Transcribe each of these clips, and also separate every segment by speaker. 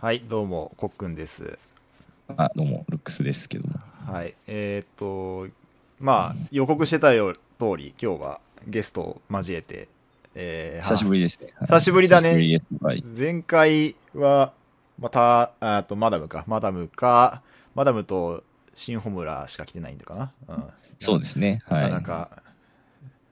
Speaker 1: はい、どうも、こっくんです。
Speaker 2: あどうもルックスですけども
Speaker 1: はい、えーっと、まあ、予告してたよ通り、今日はゲストを交えて、えー
Speaker 2: 久しぶりですね、はい
Speaker 1: 久しぶりだね
Speaker 2: 久しぶりですはい
Speaker 1: 前回は、また、あと、マダムか、マダムか、マダムと新ホムラしか来てないんだかな。うん、
Speaker 2: そうですねはい
Speaker 1: なかなか、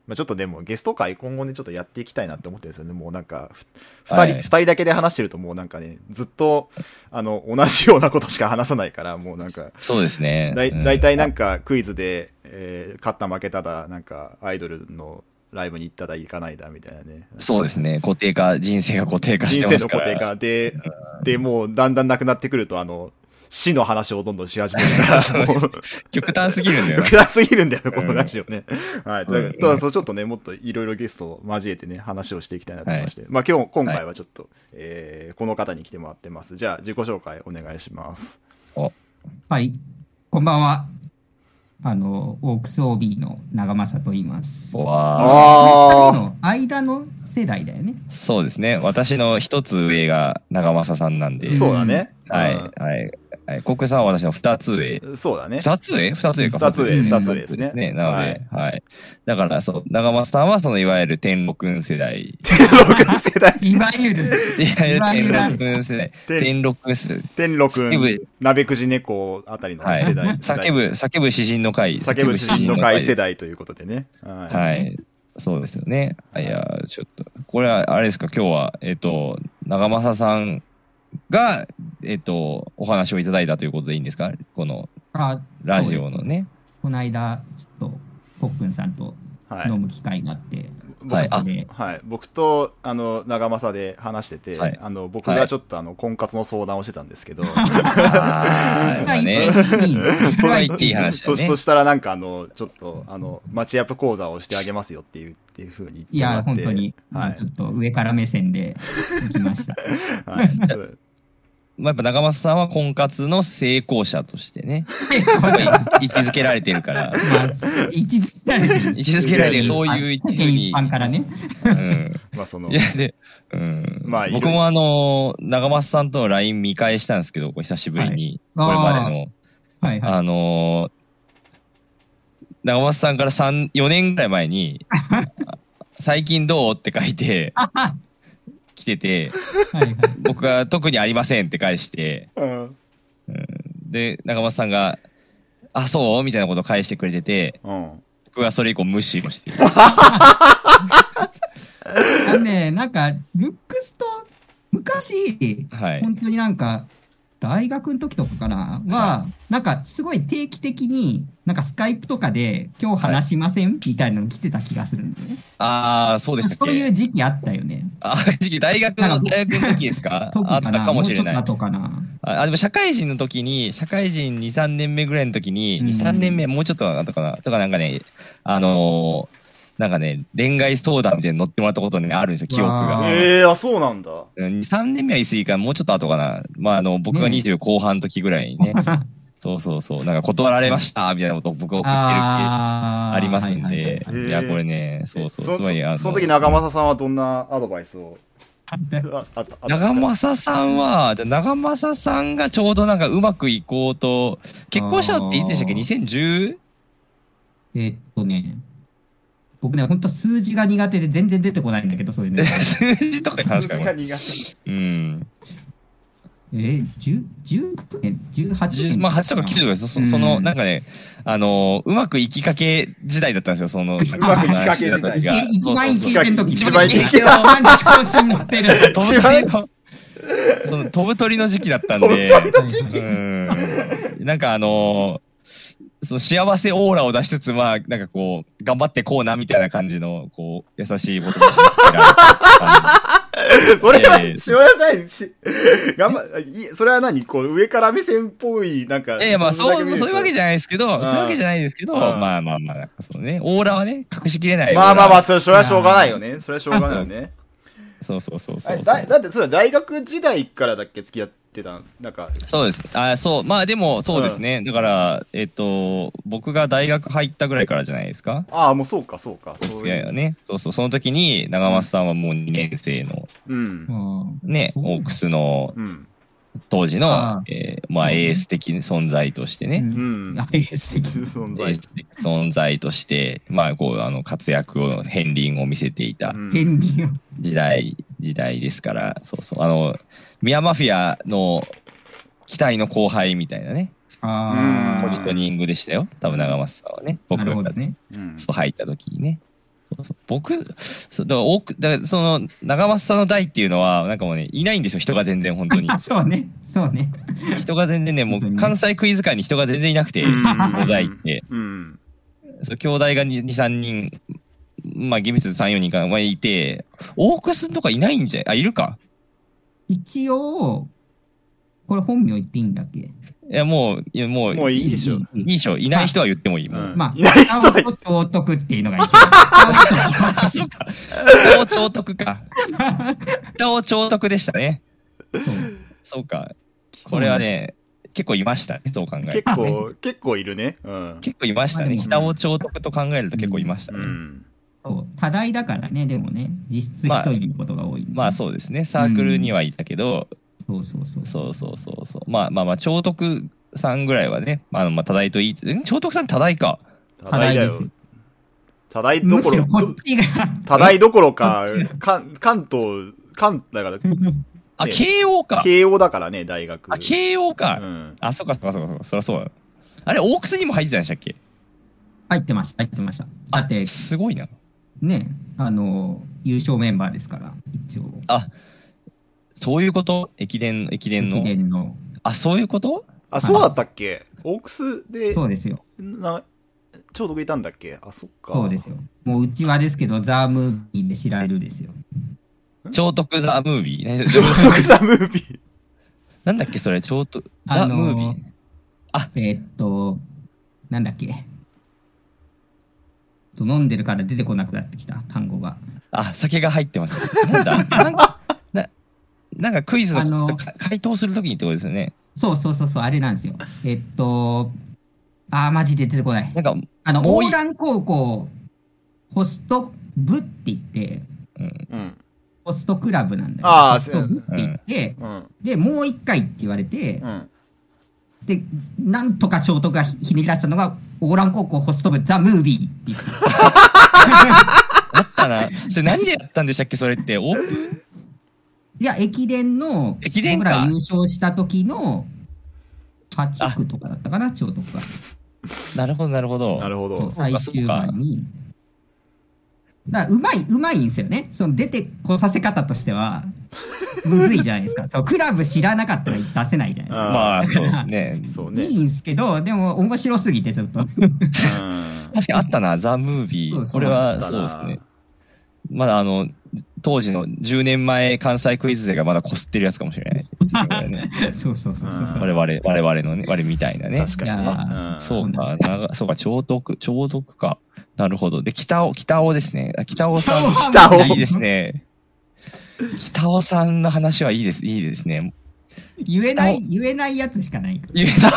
Speaker 1: まあ、ちょっとでもゲスト会今後ねちょっとやっていきたいなって思ってるんですよねもうなんかふ2
Speaker 2: は
Speaker 1: 人,、
Speaker 2: い
Speaker 1: 二人だけで話してるともうなんかねずっとあの同じようなことしか話さないからもうなんか
Speaker 2: そうですね
Speaker 1: だい
Speaker 2: うん
Speaker 1: 大体なんかクイズで、えー勝った負けただなんかアイドルのライブに行っただ行かないだみたいなね
Speaker 2: そうですね固定化人生が固定化し
Speaker 1: 人
Speaker 2: て
Speaker 1: 生の
Speaker 2: ますか
Speaker 1: 固
Speaker 2: ら
Speaker 1: 定化ででもうだんだんなくなってくるとあの死の話をどんどんし始めるから
Speaker 2: そうです
Speaker 1: もう
Speaker 2: 極端すぎるん だよな
Speaker 1: くだすぎるんだよね、
Speaker 2: う
Speaker 1: こ
Speaker 2: ん
Speaker 1: のラジオね。はい。という
Speaker 2: うん
Speaker 1: ことでそうちょっとね、もっといろいろゲストを交えてね、話をしていきたいなと思いまして。まあ今日、今回はちょっと、えーこの方に来てもらってます。じゃあ、自己紹介お願いします。
Speaker 3: はい、こんばんは。あの、オークス OB の長政と言います。
Speaker 2: うわあ
Speaker 3: あ
Speaker 1: あ
Speaker 3: の間の世代だよね。
Speaker 2: そうですね私の一つ上が長政さんなんで
Speaker 1: あそうだね。
Speaker 2: はいはいはい国産は私の二つ上
Speaker 1: うんそうだね。
Speaker 2: 二つ上二つ上か
Speaker 1: 二つ上、
Speaker 3: うん
Speaker 1: 二つ上ですね。
Speaker 2: ね、なので、はい、だから、そう、長松さんは、その、いわゆる天禄 世代。
Speaker 1: はい。世代、
Speaker 3: いわゆる。
Speaker 2: いわゆる
Speaker 3: いわ
Speaker 2: 天
Speaker 3: ゆる
Speaker 2: 禄世代。
Speaker 1: 天
Speaker 2: 天禄世代。
Speaker 1: 天禄
Speaker 2: 叫ぶ
Speaker 1: 鍋くじ猫あたりの
Speaker 2: はい
Speaker 1: 世代。
Speaker 2: 叫ぶ、叫ぶ詩人の会。
Speaker 1: 叫ぶ詩人の会世
Speaker 2: 代。
Speaker 1: 代ということでね。はい
Speaker 2: はい。そうですよね。あいや、ちょっと、これは、あれですか、今日は、えっと、長政さんが、えっと、お話をいただいたということでいいんですかこの
Speaker 3: あ
Speaker 2: ラジオの。ね。
Speaker 3: この間、ちょっと、コックンさんと
Speaker 1: はい
Speaker 3: 飲む機会があって。
Speaker 1: 僕
Speaker 2: はい。あ、
Speaker 3: で
Speaker 1: はい、僕とあの長政で話してて、
Speaker 2: はい
Speaker 1: あの僕がちょっとあの婚活の相談をしてたんですけど、
Speaker 2: あー、
Speaker 3: い
Speaker 2: ね。
Speaker 3: いんです
Speaker 2: それは言っていい話だ
Speaker 1: そ
Speaker 2: ね。
Speaker 1: そしたらなんかあのちょっとあのマッチアップ講座をしてあげますよっていうっていうふうに
Speaker 3: い
Speaker 1: 言ってもら
Speaker 3: や、
Speaker 1: って
Speaker 3: 本当に、
Speaker 1: はい
Speaker 3: ちょっと上から目線で行き ました。
Speaker 1: はい
Speaker 2: まあ、やっぱ長松さんは婚活の成功者としてね、
Speaker 3: ま
Speaker 2: やっぱり位置づけられて るから、
Speaker 3: あ、位置づけられてるんです
Speaker 2: 位置づけられてる、そういう位
Speaker 3: 世
Speaker 2: 置
Speaker 3: 間
Speaker 2: に
Speaker 3: 一。般からね。
Speaker 2: うん
Speaker 1: まあその
Speaker 2: いや、で、うん。
Speaker 1: まあいろいろ
Speaker 2: 僕もあの、長松さんとの LINE 見返したんですけど、こう久しぶりに、
Speaker 3: は
Speaker 2: こ
Speaker 3: い
Speaker 2: れまでの。
Speaker 3: はい
Speaker 2: あ
Speaker 3: はい。
Speaker 2: のー長松さんから3、4年ぐらい前 に、最近どうって書いて
Speaker 3: あは
Speaker 2: 来てて、
Speaker 3: はいはい。
Speaker 2: 僕が特にありませんって返して、
Speaker 1: うん
Speaker 2: で、長松さんが、あ、そうみたいなことを返してくれてて、
Speaker 1: うん
Speaker 2: 僕がそれ以降無視をしてる。
Speaker 3: あのね、なんか、ルックスと、昔、
Speaker 2: はい。
Speaker 3: 本当になんか、大学の時とかかな、は、なんか、すごい定期的に、なんか、スカイプとかで、今日話しません、みたいなの来てた気がするんだよね。
Speaker 2: ああ、そうでしたっ
Speaker 3: そうい
Speaker 2: け
Speaker 3: う時期あったよね。
Speaker 2: あ、時期大学の、大学の時ですか
Speaker 3: 時
Speaker 2: あっ
Speaker 3: かな、
Speaker 2: たかもしれない。
Speaker 3: うちょっと後かな。
Speaker 2: あ、あでも社会人の時に、社会人2、3年目ぐらいの時に、
Speaker 3: うん
Speaker 2: 2、3年目、もうちょっとあとかな、とかなんかね、あのーなんかね、恋愛相談みたいに乗ってもらったことね、あるんですよ、記憶
Speaker 3: わ
Speaker 2: が。
Speaker 3: あー
Speaker 1: えー、あそうなんだ
Speaker 2: 2、3年目は言い過ぎかな、もうちょっと後かな。まあ、あの、僕が
Speaker 3: ね
Speaker 2: 20後半の時ぐらいに ね、そうそうそう、なんか断られました、みたいなことを僕が送ってるって
Speaker 3: あー
Speaker 2: ありますん
Speaker 3: はいはいはい
Speaker 2: で、
Speaker 1: はい
Speaker 2: いや、これね、そうそう、つまり、あの、
Speaker 1: その時長政さんはどんなアドバイスをあああったんですか
Speaker 2: 長政さんは、じゃあ長政さんがちょうどなんかうまくいこうと、結婚したのっていつでしたっけ
Speaker 3: あー
Speaker 2: ?2010?。
Speaker 3: えっとね、僕ね、本当数字が苦手で全然出てこないんだけど、そういうの
Speaker 2: 数字とかに話
Speaker 1: 数
Speaker 2: か
Speaker 1: 字
Speaker 2: ら
Speaker 1: が
Speaker 2: こ
Speaker 1: 苦
Speaker 2: れうん。
Speaker 3: えー、10 19年 ?18
Speaker 2: 10
Speaker 3: 年
Speaker 2: まあ、8とか9とかですそその、なんかね、あのーうまくいきかけ時代だったんですよ、その、うま
Speaker 1: まく
Speaker 2: く
Speaker 1: いきかけ時代
Speaker 3: い一番イ
Speaker 1: き
Speaker 3: ケてん時
Speaker 2: 一番イケてん
Speaker 3: のなんで調子に乗ってる
Speaker 2: 飛ぶ 鳥の、その、飛ぶ鳥の時期だったんで、うん。なんかあのーその幸せオーラを出しつつ、まあ、なんかこう、頑張ってこうな、みたいな感じの、こう、優しい言葉が
Speaker 1: それは
Speaker 2: え、え
Speaker 1: 知らないし、頑張、いそれは何こう、上から目線っぽい、なんか。
Speaker 2: いやいや、まあ、そう、そういうわけ
Speaker 1: ゃ
Speaker 2: じゃないですけど、そういうわけじゃないですけど、
Speaker 1: うん
Speaker 2: まあまあまあ、なんかそのね、オーラはね、隠しきれない。
Speaker 1: まあまあまあ、
Speaker 2: オー
Speaker 1: それそれはしょうがないよね。それはしょうがないよね。
Speaker 2: ラ。そうそうそう
Speaker 1: あ
Speaker 2: そ
Speaker 1: れ
Speaker 2: う。
Speaker 1: だだって、それは大学時代からだっけ付き合ってたのなんか、
Speaker 2: そうです。あそう。まあでも、そうですね。だから、えっと、僕が大学入ったぐらいからじゃないですか。
Speaker 1: ああ、もうそうか、そうか、
Speaker 2: 付
Speaker 1: そう
Speaker 2: き
Speaker 1: い
Speaker 2: 合いは
Speaker 1: う。
Speaker 2: ね。そうそう。その時に、長松さんはもう2年生の、
Speaker 1: うん。
Speaker 3: うん
Speaker 2: ね、
Speaker 3: そう
Speaker 2: オークスの
Speaker 1: うん。
Speaker 2: 当時
Speaker 3: あ
Speaker 2: の、えーまあ、エース的存在としてね、
Speaker 1: うん。
Speaker 3: エース的に。
Speaker 1: 存
Speaker 2: エー
Speaker 1: 在。
Speaker 2: ス的存在として、まあ、こう、あの、活躍を、片鱗を見せていた
Speaker 1: うん
Speaker 3: 変人を。
Speaker 2: 時代、時代ですから、そうそう、あの、ミヤマフィアの期待の後輩みたいなね、
Speaker 1: うん
Speaker 3: あ
Speaker 2: ポジショ
Speaker 3: あ。
Speaker 2: ニングでしたよ。多分、長松さんはね、僕
Speaker 3: なるほど
Speaker 2: が
Speaker 3: ね。。
Speaker 1: うん
Speaker 2: そう入った時にね。そうそう僕、そうだから多く、だからその、長松さんの代っていうのは、なんかもうね、いないんですよ、人が全然、本当に
Speaker 3: そうね。そうね。
Speaker 2: 人が全然ね、も
Speaker 3: 本当に
Speaker 2: う
Speaker 3: ね
Speaker 2: 関西クイズ界に人が全然いなくて、
Speaker 1: うん
Speaker 2: その代って。
Speaker 1: うん。
Speaker 2: そう兄弟が2、3人、まあ、ギブス3、4人か、まあ、いて、オークスとかいないんじゃ、あ、いるか。
Speaker 3: 一応、これ本名言っていいんだっけ
Speaker 2: いや、もう、いやもう、
Speaker 1: もういいでしょ。う
Speaker 2: いいでしょ。いない人は言ってもいい。もう
Speaker 1: うん
Speaker 3: まあ、
Speaker 1: いない人は
Speaker 3: 北尾と長徳っていうのがいて。
Speaker 2: あ、そう
Speaker 3: 北尾と
Speaker 2: か。北尾長徳か。北尾長徳でしたね。
Speaker 3: 長徳
Speaker 2: そうか。これはね、結構いましたね、そう考える
Speaker 1: 結構、結構いるね。うん。
Speaker 2: 結構いました
Speaker 3: まあ
Speaker 2: ね。
Speaker 3: でも
Speaker 2: 北尾長徳と考えると結構いました
Speaker 1: う
Speaker 2: ね。
Speaker 1: ん。
Speaker 3: そう、多大だからね、でもね、実質
Speaker 2: ま
Speaker 3: 一
Speaker 2: あ
Speaker 3: 人のことが多い、
Speaker 2: まあそうですね。サークルにはいたけど、
Speaker 3: そうそうそう。
Speaker 2: そうそうそうそう。まあまあまあ、長徳さんぐらいはね、まああの、まあ、多大と言いつ、ん長徳さん多大か。
Speaker 1: 多大だよ
Speaker 3: 多大
Speaker 1: 多大
Speaker 3: です。
Speaker 1: ど
Speaker 3: む
Speaker 1: こ
Speaker 3: しろこ
Speaker 1: ろ
Speaker 3: っ、ちが。
Speaker 1: 多大どころか
Speaker 3: こっち、
Speaker 1: 関関東、関、だから、
Speaker 2: あ、
Speaker 1: ええ
Speaker 2: 慶応か。
Speaker 1: 慶応だからね、大学。
Speaker 2: あ、慶応か。
Speaker 1: うん。
Speaker 2: あ、そうかそうかそうかそうか。そりゃそうだ。あれ、オークスにも入ってたんでしたっけ
Speaker 3: 入ってました、入ってました。だって、
Speaker 2: すごいな。
Speaker 3: ね、あの、優勝メンバーですから、一応。
Speaker 2: あ、そういうこと駅伝の、駅伝の
Speaker 3: 駅。伝の。
Speaker 2: あ、そういうこと
Speaker 1: あ、そうだったっけオークスで、
Speaker 3: そうですよ、
Speaker 1: な、超得いたんだっけあ、そっか。
Speaker 3: そうですよ。もう、うちはですけど、ザームービーで知られるですよ。
Speaker 2: 長徳ザ・ムービー。
Speaker 1: 上足さムービー。
Speaker 2: なんだっけそれ、長徳、
Speaker 3: あ
Speaker 2: ザ・
Speaker 3: のー
Speaker 2: ムービー。
Speaker 3: えーっと、なんだっけ。ちょっと飲んでるから出てこなくなってきた単語が。
Speaker 2: あ、酒が入って ます。なんだなんか、ななんかクイズの、
Speaker 3: あの
Speaker 2: か回答するときにってことですよね。
Speaker 3: そうそうそうそう、あれなんですよ。えっと、あー、マジで出てこない。
Speaker 2: なんか、
Speaker 3: あの、
Speaker 2: もうい
Speaker 3: 横断高校、ホスト部って言って、
Speaker 2: うん、
Speaker 1: うん。
Speaker 3: ホストクラブなんだよ。
Speaker 1: あー
Speaker 3: ホスト部って言って、
Speaker 1: うん。
Speaker 3: で、もう一回って言われて
Speaker 1: う、ん。
Speaker 3: で、なんとか長徳がひひねり出したのが、横断高校ホスト部ザ・ムービーって言って
Speaker 2: あった な。それ何でやったんでしたっけそれって、オープン
Speaker 3: いや、駅伝の、
Speaker 2: 駅伝
Speaker 3: 僕
Speaker 2: から
Speaker 3: 優勝した時の、8区とかだったかな、長徳が。
Speaker 2: なるほど、なるほど。
Speaker 1: なるほ
Speaker 3: そう
Speaker 1: ど。
Speaker 3: 最終盤に。だからうまい、うまいんですよね。その出てこさせ方としては、むずいじゃないですか。そうクラブ知らなかったら出せないじゃないですか。
Speaker 2: まあ、そうですね。
Speaker 1: そうね。
Speaker 3: いいんですけど、でも面白すぎてちょっと。
Speaker 1: うん
Speaker 2: 確かにあったな、ザ・ムービ
Speaker 3: そう
Speaker 2: ー。
Speaker 3: そ
Speaker 2: こ
Speaker 3: う
Speaker 2: れは、そうですね。。まだあの、当時の10年前関西クイズ勢がまだこすってるやつかもしれないです ね。
Speaker 3: そうそうそうそうそう。
Speaker 2: 我々、我々のね、我々みたいなね。
Speaker 1: 確かに
Speaker 3: いやー
Speaker 1: ね。ん
Speaker 2: そうか、長そうか、長徳、長徳か。なるほど。で、北尾、北尾ですね。あ北尾さん。
Speaker 1: 北尾
Speaker 2: いやいいですね。北尾さんの話はいいです、いいで すね。
Speaker 3: 言えない、言えないやつしかないから。
Speaker 2: 言えない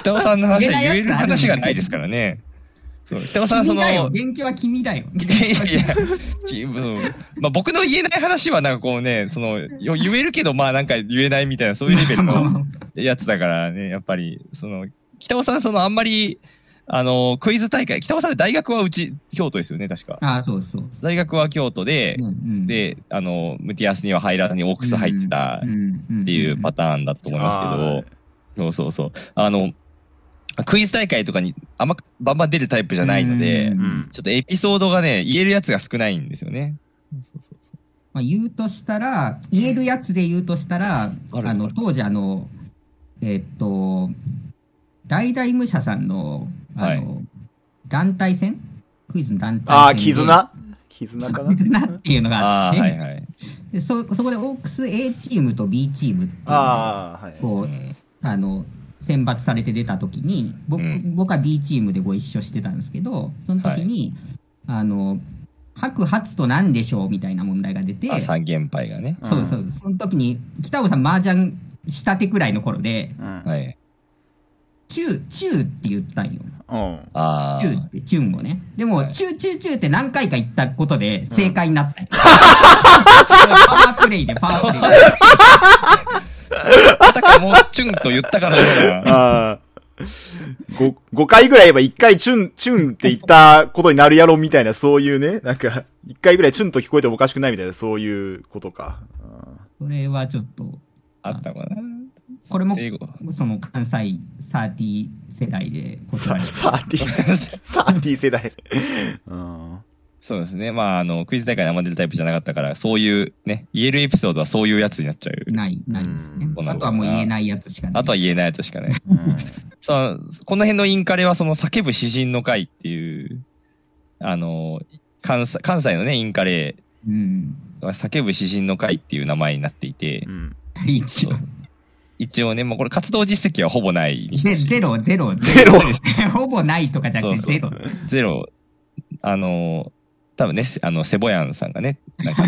Speaker 2: 北尾さんの話は言える話がないですからね。そう北尾さんはそ
Speaker 3: 君
Speaker 2: の、
Speaker 3: だよ
Speaker 2: い
Speaker 3: 元気は君だよ。
Speaker 2: やいやいや、きそうまあ、僕の言えない話はなんかこうね、その、よ言えるけど、まあなんか言えないみたいな、そういうレベルの。やつだからね、やっぱり、その、北尾さん、その、あんまり、あの、クイズ大会、北尾さん大学はうち、京都ですよね、確か。
Speaker 3: ああ、そうそう。
Speaker 2: 大学は京都で、
Speaker 3: うんうん、
Speaker 2: で、あの、ムティアスには入らずにオークス入ってた
Speaker 3: っ
Speaker 2: っていうパ
Speaker 3: タ
Speaker 2: ターンだと思いますけど、そうそうそう。あの、クイズ大会とかにあんまバンバン出るタイプじゃないので、
Speaker 1: うんうん
Speaker 2: ちょっとエピソードがね、言えるやつが少ないんですよね。そうそうそう。
Speaker 3: まあ、言うとしたら、言えるやつで言うとしたら、
Speaker 2: ある
Speaker 3: あの当時あの、えーっと、大々武者さんのあの、団体戦クイズの団体戦で。
Speaker 1: ああ、絆絆かな
Speaker 3: 絆っていうのがあ
Speaker 2: あ
Speaker 3: っ
Speaker 2: あ
Speaker 3: て
Speaker 2: ー、はいはい。
Speaker 3: でそ、そこでオークス A チームと B チームっていうのが
Speaker 1: ああ、はい。
Speaker 3: こう、
Speaker 2: うん
Speaker 3: あの選抜されて出た時に僕,、
Speaker 2: うん
Speaker 3: 僕は B チームでご一緒してたんですけどその時に、あの白髪と何でしょうみたいな問題が出て
Speaker 2: あ、三元杯がね。
Speaker 3: そうそうその時に北尾さん麻雀したてくらいの頃で
Speaker 1: うん。
Speaker 2: はい。
Speaker 3: 「チューチュー」って言ったんよ
Speaker 1: うん。
Speaker 2: あ
Speaker 3: 「チュー」
Speaker 2: あ
Speaker 3: っ。てチュンをねでも、
Speaker 2: はい
Speaker 3: チューチューチュー」って何回か言ったことで正解になったんよ、パワープレイでパワープレイで
Speaker 2: かもうチュンと言ったかのような。
Speaker 1: あ5, 5回ぐらい言えば1回チュン、チュンって言ったことになるやろみたいな、そういうね、なんか、1回ぐらいチュンと聞こえてもおかしくないみたいな、そういうことか。
Speaker 3: それはちょっと、
Speaker 2: あったかな。
Speaker 3: これも
Speaker 2: 英語。
Speaker 3: その関西30世代で
Speaker 1: サ
Speaker 3: 断られた
Speaker 1: サーティ ー、サーティー世代。うん。
Speaker 2: そうですね。まあ、あの、クイズ大会にあんま出るタイプじゃなかったから、そういうね、言えるエピソードはそういうやつになっちゃう。
Speaker 3: ない、ないですね
Speaker 1: うん。
Speaker 3: あとはもう言えないやつしかない。
Speaker 2: あとは言えないやつしかね。
Speaker 1: うん
Speaker 2: さあ、この辺のインカレはその叫ぶ詩人の会っていう、あの、関西関西のね、インカレ
Speaker 3: うん。
Speaker 2: は叫ぶ詩人の会っていう名前になっていて、
Speaker 1: うん。
Speaker 3: 一応。
Speaker 2: 一応ね、もうこれ活動実績はほぼないに
Speaker 3: ゼ
Speaker 2: 等しい
Speaker 3: ゼロ、ゼロ、
Speaker 1: ゼロ
Speaker 3: ほぼないとかじゃなく
Speaker 2: そうそう
Speaker 3: てゼロ。
Speaker 2: ゼロ、あの、多分ね、せあの、セボヤンさんがね、なん か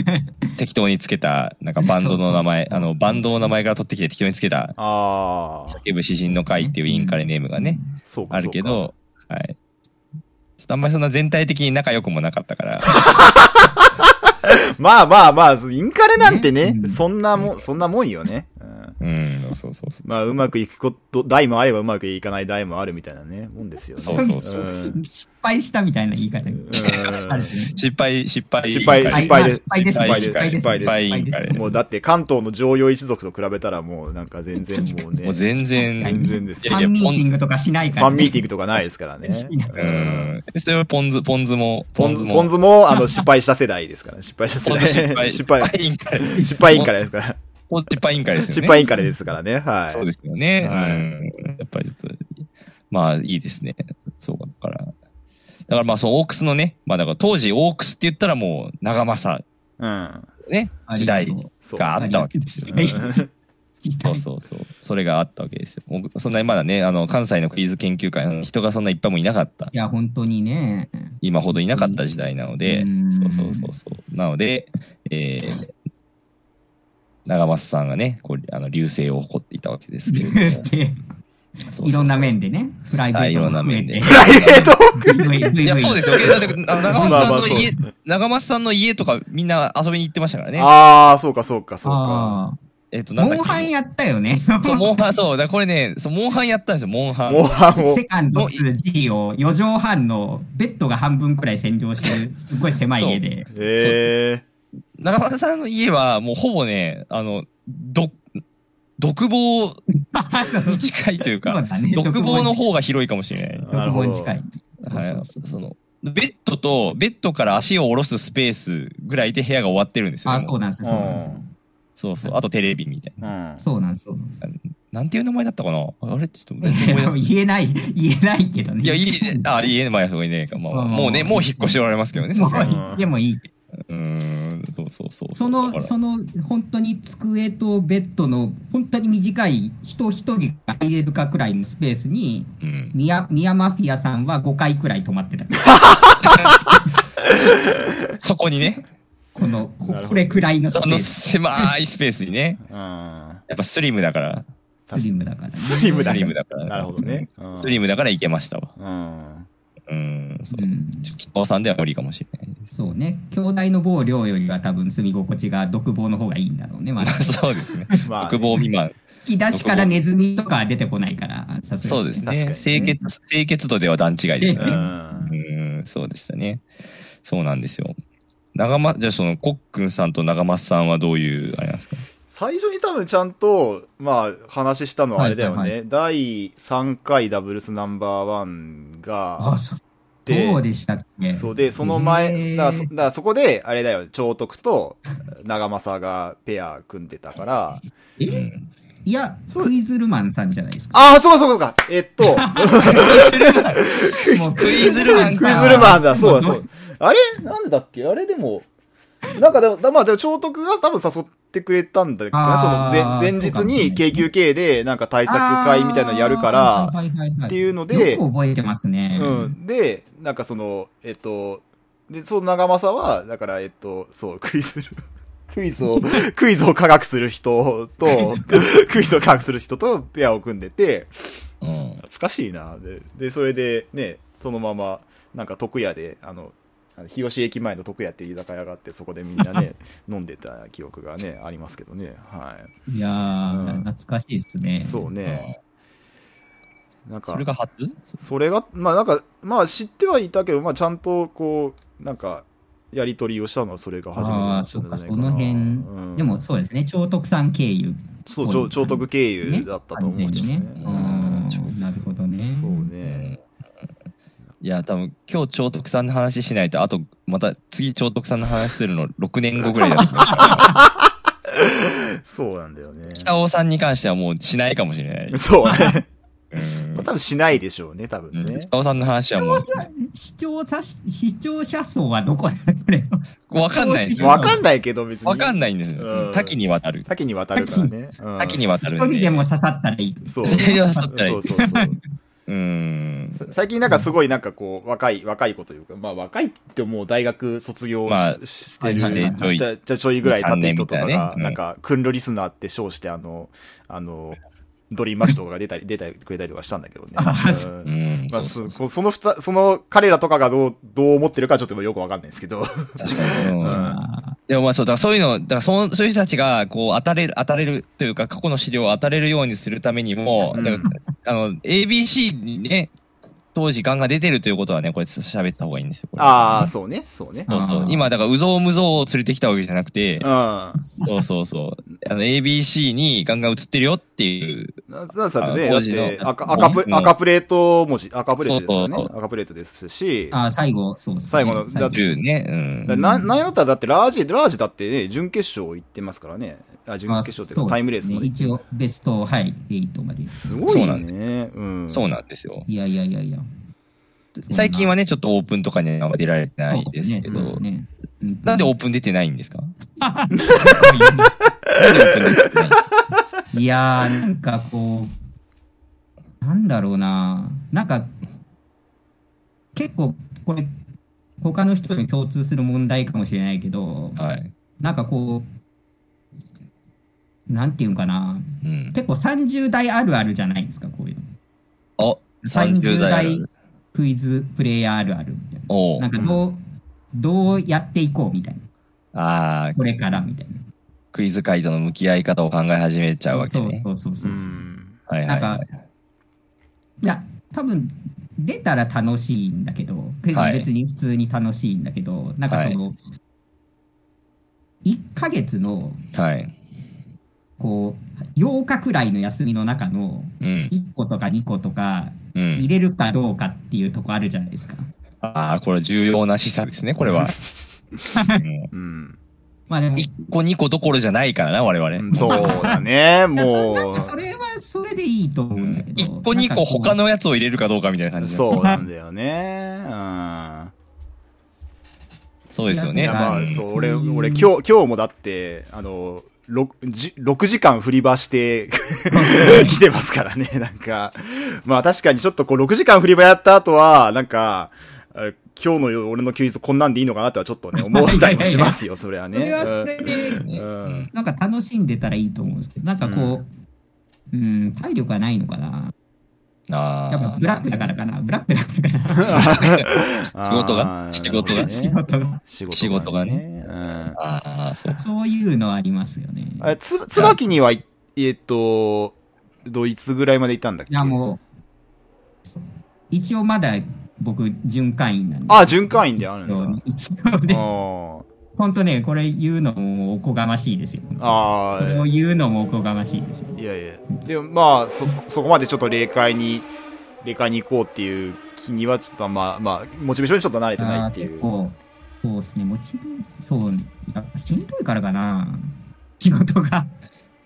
Speaker 2: 適当につけた、なんかバンドの名前、
Speaker 3: そうそう
Speaker 2: あの、バンドの名前から取ってきて適当につけた、
Speaker 1: ああ、
Speaker 2: 叫ぶ詩人の会っていうインカレネームがね、
Speaker 1: そうか。
Speaker 2: あるけ
Speaker 1: そうか
Speaker 2: ど、はい。ちょっとあんまりそんな全体的に仲良くもなかった から、
Speaker 1: まあまあまあ、インカレなんてね、
Speaker 3: ね
Speaker 1: そんなもん、そんなもんよね。うん、
Speaker 2: うん、そうそうそう。
Speaker 1: まあ、うまくいくこと、台もあればうまくいかない台もあるみたいなね、もんですよね。
Speaker 2: そうそうそう
Speaker 3: うん失敗したみたいな言い方
Speaker 1: う
Speaker 3: ある
Speaker 1: ん
Speaker 3: よね
Speaker 2: 失敗、失敗。
Speaker 1: 失敗
Speaker 2: 失
Speaker 3: は
Speaker 2: 敗
Speaker 3: い
Speaker 1: 失敗です
Speaker 3: 失敗です。
Speaker 1: 失
Speaker 3: 失
Speaker 1: 敗で
Speaker 3: 敗で
Speaker 1: 失
Speaker 3: すす。
Speaker 1: 敗
Speaker 2: です
Speaker 3: 失敗
Speaker 1: もうだって関東の常用一族と比べたらもうなんか全然もうね、
Speaker 2: もう全然、
Speaker 1: 全然です
Speaker 3: フ
Speaker 1: よ。
Speaker 2: いや
Speaker 3: ァ
Speaker 2: いや
Speaker 3: ンミーティングとかしない
Speaker 1: フ
Speaker 3: から。
Speaker 1: ァンミーティングとかないですからね。
Speaker 2: う
Speaker 1: うん
Speaker 2: ん。それはポン酢、ポン酢も、
Speaker 1: ポンズ
Speaker 2: も、
Speaker 1: ポンズもあの失敗した世代ですから、失敗した世
Speaker 2: ポン
Speaker 1: 代。
Speaker 2: 酢失敗、
Speaker 1: 失敗、
Speaker 2: 委員会。
Speaker 1: 失敗インカレです から。
Speaker 2: ポン酢失敗委員会ですよね。
Speaker 1: 失敗インカレですからね。はい。
Speaker 2: そうですよね。
Speaker 1: はい
Speaker 2: うん。やっぱりちょっと、まあいいですね。そうだから。だからまあそう、オークスのね、まあだから当時オークスって言ったらもう、長政、
Speaker 1: うん。
Speaker 2: ね、時代
Speaker 1: そう。
Speaker 2: があったわけですよ。
Speaker 1: うん
Speaker 2: そうそうそう。それがあったわけですよ。もうそんなにまだね、あの、関西のクイズ研究会の人がそんないっぱいもいなかった。
Speaker 3: いや、本当にね。
Speaker 2: 今ほどいなかった時代なので
Speaker 3: う、ん。
Speaker 2: そうそうそうそう。なので、えー、長松さんがね、こうあの流星を誇っていたわけですけれども
Speaker 3: いろんな面
Speaker 2: で。
Speaker 3: でね。プライベートも含め
Speaker 2: は
Speaker 3: て。
Speaker 2: いい
Speaker 1: プライベート
Speaker 2: いや、そうですよ。だって、あの長松さん
Speaker 1: まあまあ
Speaker 2: の家、長松さんの家とかみんな遊びに行ってましたからね。
Speaker 1: ああ、そうか、そうか、そうか。
Speaker 3: あ
Speaker 2: えっと、
Speaker 3: あ
Speaker 2: なんだっ
Speaker 3: モ
Speaker 2: け
Speaker 3: ンハンやったよね。
Speaker 2: そう、モンハン、そう。だからこれね、そうモンハンやったんですよ、モンハン。
Speaker 1: もう、あもう
Speaker 3: セ、カンド 2G を4畳半のベッドが半分くらい占領してる、すごい狭い家で。
Speaker 1: え
Speaker 2: 長松さんの家は、もうほぼね、あの、ど、独房に近いという
Speaker 3: そう
Speaker 2: か、
Speaker 3: だね
Speaker 2: 独房の方が広いかもしれない。
Speaker 1: なる
Speaker 3: 独
Speaker 1: ほ
Speaker 3: 房
Speaker 1: ど
Speaker 3: に近い。
Speaker 2: はい、そのベッドとベッドから足を下ろすスペースぐらいで部屋が終わってるんですよ。
Speaker 3: あ、
Speaker 2: も
Speaker 3: そうなんですよ。そうなんですよ
Speaker 2: そうそうあとテレビみたい
Speaker 1: ー。うん。
Speaker 3: そうなんですよ。
Speaker 2: な。なんていう名前だったかなあれちょっと全然思い出せない。
Speaker 3: 言えない、言えないけどね。
Speaker 2: いや、いい、 あ、家の前はそういねえか。まあ、
Speaker 3: まあまあ
Speaker 2: もうね、もう引っ越しておられますけどね、
Speaker 3: も
Speaker 2: さすがに。
Speaker 3: う、でもいいけど。
Speaker 2: うーん、そうそうそうう。
Speaker 3: そ
Speaker 2: だか
Speaker 3: の、
Speaker 2: ら
Speaker 3: その、本当に机とベッドの、本当に短い、人一人が入れるかくらいのスペースに、
Speaker 2: うん。
Speaker 3: ミヤ、ミヤマフィアさんは5回くらい泊まってた。
Speaker 2: そこにね、
Speaker 3: この、
Speaker 1: な
Speaker 3: こ
Speaker 1: るほど
Speaker 3: これくらいのス
Speaker 2: そ
Speaker 3: ペー
Speaker 2: の
Speaker 3: ス。
Speaker 2: 狭いスペースにね、
Speaker 1: うん。
Speaker 2: やっぱスリムだから、
Speaker 3: スリムだからね。
Speaker 1: スリムだか
Speaker 2: スリ
Speaker 1: ら
Speaker 2: ムだから。
Speaker 1: なるほどね。。うん
Speaker 2: スリムだから行けましたわ。
Speaker 1: うん。
Speaker 2: うん、そうう。
Speaker 3: ん。
Speaker 2: 北尾さんでは無理かもしれない。
Speaker 3: そうね。兄弟の某量よりは多分住み心地が独房の方がいいんだろうね。まだ。
Speaker 2: そうですね。
Speaker 1: まあ
Speaker 2: 国、防未満。
Speaker 3: 引き出しからネズミとかは出てこないから、さすが
Speaker 2: そう
Speaker 3: に
Speaker 2: です
Speaker 1: 確かに
Speaker 2: ね
Speaker 1: ね。
Speaker 2: 清潔、清潔度では段違いです
Speaker 1: う
Speaker 2: よ
Speaker 1: ん。
Speaker 2: ね。うん、そうでしたね。そうなんですよ。長ま、じゃあその、コックンさんと長松さんはどういう、あれなんですか
Speaker 1: 最初に多分ちゃんと、まあ、話したのはあれだよね。
Speaker 3: はいは
Speaker 1: 第3回ダブルスナンバーワンが
Speaker 3: あ、そ
Speaker 1: で
Speaker 3: そうでしたっけ。
Speaker 1: そうで、その前、
Speaker 3: へー
Speaker 1: だからそだからそこで、あれだよ、長徳と長政がペア組んでたから、
Speaker 3: え
Speaker 2: うん
Speaker 3: いや、
Speaker 1: そう
Speaker 3: クイズルマンさんじゃないですか。
Speaker 1: ああ、そうかそうかそうか、えっ と、
Speaker 3: もう
Speaker 2: クイズルマン
Speaker 1: ク
Speaker 2: か
Speaker 1: イズルマンだ、そうだ、そうだ。あれなんでだっけあれでも、なんかでも、だまあでも、長徳が多分誘ってくれたんだけどね、その
Speaker 3: あー
Speaker 1: 前前日
Speaker 3: そうかもしれ
Speaker 1: に
Speaker 3: ない
Speaker 1: KQK でなんか対策会みたいなのやるか
Speaker 3: あ
Speaker 1: ら
Speaker 3: ー、はいはいはい
Speaker 1: っていうので
Speaker 3: よく覚えてますね。
Speaker 1: うん。で、なんかその、えっと、で、その長政は、だから、えっと、そう、クイズ、 クイズを、クイズを科学する人と、 クイズを科学する人とペアを組んでて、
Speaker 2: うん。
Speaker 1: 懐かしいな。で、でそれで、ね、そのまま、なんか徳屋で、あの、あの日吉駅前の徳屋っていう居酒屋があってそこでみんな ね飲んでた記憶がねありますけどねはい
Speaker 3: やー、
Speaker 1: うん
Speaker 3: 懐かしいですね。
Speaker 1: いそうねなんか
Speaker 2: それが初
Speaker 1: それがまあなんかまあ知ってはいたけどまあちゃんとこうなんかやり取りをしたのはそれが初めてだったんじゃないかな
Speaker 3: あーそうかその辺
Speaker 1: うん
Speaker 3: でもそうですね、超特産経由。
Speaker 1: そうちょ
Speaker 3: こういう
Speaker 1: 長徳経由だったと思うん
Speaker 3: 完
Speaker 1: です
Speaker 3: 全に
Speaker 1: よ
Speaker 3: ね
Speaker 1: ね。
Speaker 3: う
Speaker 2: うん
Speaker 3: んなるほどね。
Speaker 1: そう
Speaker 2: う
Speaker 1: ね
Speaker 2: ん。いや、多分今日、超徳さんの話しないと、あと、また次、超徳さんの話するの6年後ぐらいだと思う
Speaker 1: そうなんだよね。
Speaker 2: 北尾さんに関してはもうしないかもしれない。
Speaker 1: そうね。
Speaker 2: うん
Speaker 1: 多分しないでしょうね、多
Speaker 2: う
Speaker 1: 分
Speaker 2: ん
Speaker 1: ね。
Speaker 2: 北尾さんの話はも
Speaker 3: 視聴者視聴者視聴者層はどこだこれは
Speaker 2: う、わかんないです
Speaker 3: うん
Speaker 2: よ。
Speaker 1: わかんないけど、別に。
Speaker 2: わかん
Speaker 1: い。
Speaker 2: ないんですよ。
Speaker 1: うん
Speaker 2: 多岐にわたる。
Speaker 1: 多岐にわたるからね。うん
Speaker 2: 多岐にわた
Speaker 3: 一
Speaker 2: るん
Speaker 3: 人
Speaker 2: で。
Speaker 3: でも刺さったらいい。
Speaker 1: そう。
Speaker 2: 一人では
Speaker 1: そ
Speaker 2: 刺さ
Speaker 1: う
Speaker 2: ってない
Speaker 1: そうそう。
Speaker 2: うん。
Speaker 1: 最近なんかすごいなんかこう、若い、若い子というか、まあ若いってもう大学卒業し,、
Speaker 2: まあ
Speaker 1: してる、
Speaker 3: はいはい
Speaker 2: はい
Speaker 1: したじゃちょいぐらい経ってる人とか
Speaker 2: 三年み
Speaker 1: が、
Speaker 2: たいなね
Speaker 1: なんか、くんろリスナーって称して、あの、あの、ドリームマッチとかが出たり、 出てくれたりとかしたんだけどね。
Speaker 3: あそ
Speaker 1: うん
Speaker 2: うん。
Speaker 1: まあ、
Speaker 2: そう
Speaker 1: そこその二つ、その彼らとかがどう、どう思ってるかちょっとよくわかんないですけど。
Speaker 2: 確かに。うん
Speaker 3: あ
Speaker 2: でもまあそうだ、そういうの、だからそうそういう人たちが、こう、当たれる、当たれるというか、過去の資料を当たれるようにするためにも、
Speaker 1: うん
Speaker 2: だからあの、ABC にね、当時、ガンが出てるということはね、これ、喋った方がいいんですよ。これ
Speaker 1: ああ、そうね、そうね。
Speaker 2: そうそう
Speaker 3: あ。ー
Speaker 2: 今、だから、うぞうむぞうを連れてきたわけじゃなくて
Speaker 1: うん。、な
Speaker 2: そうそうそう。あの、ABC にガンガン映ってるよっていう、
Speaker 1: なんさってね、だっ
Speaker 2: あの当時の
Speaker 1: て赤赤プ
Speaker 2: 当時の
Speaker 1: 赤プレート文字、赤プレートですよね。
Speaker 2: そうそうそ
Speaker 1: 赤プレートですし、
Speaker 3: あ、最後、そうですね。
Speaker 1: 最後のだって
Speaker 2: 銃ね。う
Speaker 1: だ
Speaker 2: ん。
Speaker 1: ななんやったらだってラージ、ラージだってね、準決勝行ってますからね。あ準決勝っていうかタイムレースま
Speaker 3: も
Speaker 1: で。
Speaker 3: 一応、ベスト、はい、8まで。
Speaker 1: すご
Speaker 2: そう
Speaker 1: い
Speaker 2: なん
Speaker 1: ね。うん。
Speaker 2: そうなんですよ。
Speaker 3: いやいやいやいや。
Speaker 2: 最近はね、ちょっとオープンとかにはあんま出られてないですけ
Speaker 3: そう
Speaker 2: ど、
Speaker 3: ですね。
Speaker 2: なんでオ
Speaker 3: お
Speaker 2: ープン出てないんですかなんでオープン出てない
Speaker 3: いやー、なんかこう、なんだろうな。なんか、結構、これ、他の人に共通する問題かもしれないけど、
Speaker 2: はい。
Speaker 3: なんかこう、なんていうんかな。
Speaker 2: うん。
Speaker 3: 結構30代あるあるじゃないですか、こういうの。
Speaker 2: あ、30
Speaker 3: 30
Speaker 2: 代。
Speaker 3: 代クイズプレイヤーあるあるみたいな。
Speaker 2: おう
Speaker 3: なんかどう、どうやっていこうみたいな。
Speaker 2: ああ、
Speaker 3: これからみたいな。
Speaker 2: クイズ界との向き合い方を考え始めちゃうわけね。
Speaker 3: そうそうそう
Speaker 1: う
Speaker 3: そうそう。
Speaker 1: ん。
Speaker 2: はいはい
Speaker 3: なん
Speaker 2: は
Speaker 3: か
Speaker 2: い。
Speaker 3: いや、多分、出たら楽しいんだけど、クイズ
Speaker 2: はい
Speaker 3: 別に普通に楽しいんだけど、なんかその、1ヶ月の、
Speaker 2: はい。
Speaker 3: こう、8日くらいの休みの中の、
Speaker 2: うん。
Speaker 3: 1個とか2個とか
Speaker 2: うん
Speaker 3: 入。れるかどうかっていうとこあるじゃないですか。
Speaker 2: ああ、これ重要な示唆ですね、これ は。うん
Speaker 1: うん。
Speaker 3: まあでも、
Speaker 2: 一個二個どころじゃないからな、我
Speaker 1: うん
Speaker 2: 々。
Speaker 1: そうだね、
Speaker 3: いやそんな
Speaker 1: も
Speaker 3: ん
Speaker 1: う
Speaker 3: か。それはそれでいいと思うんだけど。
Speaker 2: 一個二個他
Speaker 3: の。
Speaker 2: のやつを入れるかどうかみたいな感じだ
Speaker 1: そうなんだよね。うん。
Speaker 2: そうですよね。
Speaker 1: いやまあ、
Speaker 2: うん
Speaker 1: そう、俺、俺、今日、今日もだって、あの、6, 6時間振り場して 来てますからね、 なんか。まあ確かにちょっとこう6時間振り場やった後は、なんか、あ今日の俺の休日こんなんでいいのかなとはちょっとね、思ったりもしますよ、それは
Speaker 3: それ
Speaker 1: ね。
Speaker 3: はそれで、
Speaker 1: うんうん
Speaker 3: なんか楽しんでたらいいと思うんですけど、なんかこう、うん、体力がないのかな。やっぱ
Speaker 2: あ
Speaker 3: ブラックだからかな。ブラックだからかな。
Speaker 1: 仕
Speaker 2: 仕事が仕事が
Speaker 3: 仕事が。
Speaker 1: 仕事がね。うん
Speaker 2: あ。ああ、そう。
Speaker 3: そういうのはありますよね。
Speaker 1: あれつ、つばきには、いえっと、ドイツぐらいまで行ったんだっけ
Speaker 3: いやもう、一応まだ僕、巡回員なんで
Speaker 1: あ、循環員である
Speaker 3: す
Speaker 1: ん
Speaker 3: け
Speaker 1: だ。
Speaker 3: ど、一応ね、
Speaker 1: あ
Speaker 3: 本当ね、これ言うのもおこがましいですよ。
Speaker 1: あ。あ
Speaker 3: それを
Speaker 1: あ。
Speaker 3: 言うのもおこがましいですよ。
Speaker 1: いやいや。でもまあ、そ、そこまでちょっと霊界に、霊界に行こうっていう気にはちょっとまあ、まあ、モチベーションにちょっと慣れてないってい
Speaker 3: あー結
Speaker 1: う。
Speaker 3: 構、そうですね、モチベそう、やっぱしんどいからかな、仕事が。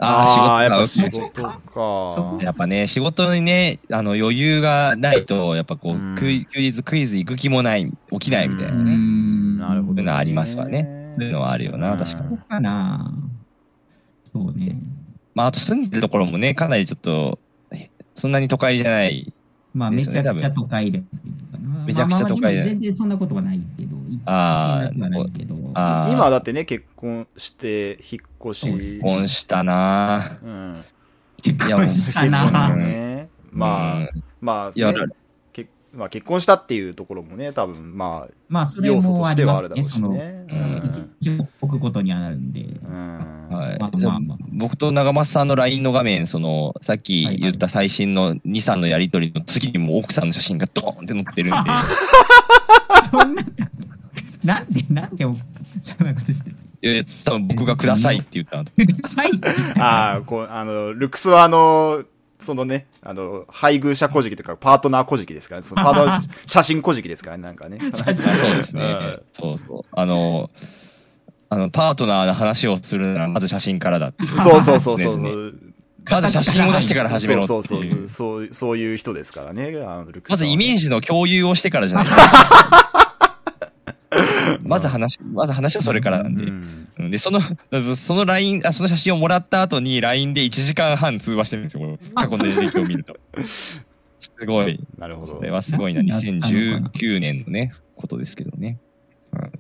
Speaker 2: ああ、
Speaker 1: ーやっぱ
Speaker 2: 仕
Speaker 1: 仕
Speaker 2: 事が。
Speaker 1: 事
Speaker 3: そ
Speaker 1: か。
Speaker 2: やっぱね、仕事にね、あの余裕がないと、やっぱこ
Speaker 1: うん
Speaker 2: う、クイズ、クイズ、クイズ行く気もない、起きないみたいなね。
Speaker 3: ん
Speaker 1: なるほど、
Speaker 2: そういうのはありますわ
Speaker 1: ね
Speaker 2: そういうのはあるよな、確かに。
Speaker 3: どうかな。そうね。
Speaker 2: まあ、あと住んでるところもね、かなりちょっと、えそんなに都会じゃない。
Speaker 3: まあ、
Speaker 2: で
Speaker 3: め
Speaker 2: す
Speaker 3: ち
Speaker 2: ね
Speaker 3: ゃくちゃ都会でもいいのかな。
Speaker 2: めちゃくちゃ都会で
Speaker 3: まあまあまあ全然そんなことはないけど、一見
Speaker 2: あ
Speaker 3: なくはない
Speaker 2: ー
Speaker 3: けど。
Speaker 2: あー、
Speaker 1: 今はだってね、結婚して、引っ越し。
Speaker 2: 結婚したなぁ
Speaker 1: うん。
Speaker 3: 結婚した
Speaker 2: いやも
Speaker 1: 結婚
Speaker 3: な。
Speaker 1: ね。まあ、
Speaker 2: うん
Speaker 1: まあ、
Speaker 2: いや、
Speaker 1: ね
Speaker 2: だ
Speaker 1: 結まあ、結婚したっていうところもね、多分まあ、
Speaker 3: まあ、それ
Speaker 1: 要素
Speaker 3: も
Speaker 1: と
Speaker 3: あ
Speaker 1: し
Speaker 3: り
Speaker 1: て
Speaker 3: ま
Speaker 1: はあ
Speaker 3: す
Speaker 1: るだろ
Speaker 3: ね。
Speaker 1: うし
Speaker 3: その、
Speaker 1: ね。う
Speaker 3: 一
Speaker 1: ん
Speaker 3: 日を置くことにはなるんで。
Speaker 1: うん
Speaker 2: はい
Speaker 3: まあ
Speaker 2: じゃあ
Speaker 3: まあまあ
Speaker 2: 僕と長松さんの LINE の画面、その、さっき言った最新の2、3のやりとりの次にもう奥さんの写真がドーンって載ってるん で、
Speaker 3: そんな、なんで、なんで、そんなことしてる。
Speaker 2: いやいや多分僕がくださいって言ったなと。
Speaker 3: はい。
Speaker 1: ああ、こう、あの、ルックスはあの、そのね、あの、配偶者小じきというか、パートナー小じきですからね、そのパートナー写真小じきですからね、なん かね。
Speaker 3: 写真
Speaker 2: あそうです
Speaker 1: うん
Speaker 2: ね。そうそう。あの、あの、パートナーの話をするなら、まず写真からだっていう。
Speaker 1: そうそうそうそう
Speaker 2: です
Speaker 1: そ
Speaker 2: ね
Speaker 1: う。
Speaker 2: まず写真を出してから始めろって
Speaker 1: そうそう
Speaker 2: い
Speaker 1: そうう。。そう、そういう人ですからね、あのルックス
Speaker 2: まずイメ
Speaker 1: ジ
Speaker 2: ージの共有をしてか らじゃないとまず話、まず話はそれからなんで。うんで、その、その LINE、あその写真をもらった後に LINE で1時間半通話してるんですよ、この過去の履歴を見ると。すごい。
Speaker 1: なるほど
Speaker 2: こ。れはすごいな。2019年のね、ことですけどね。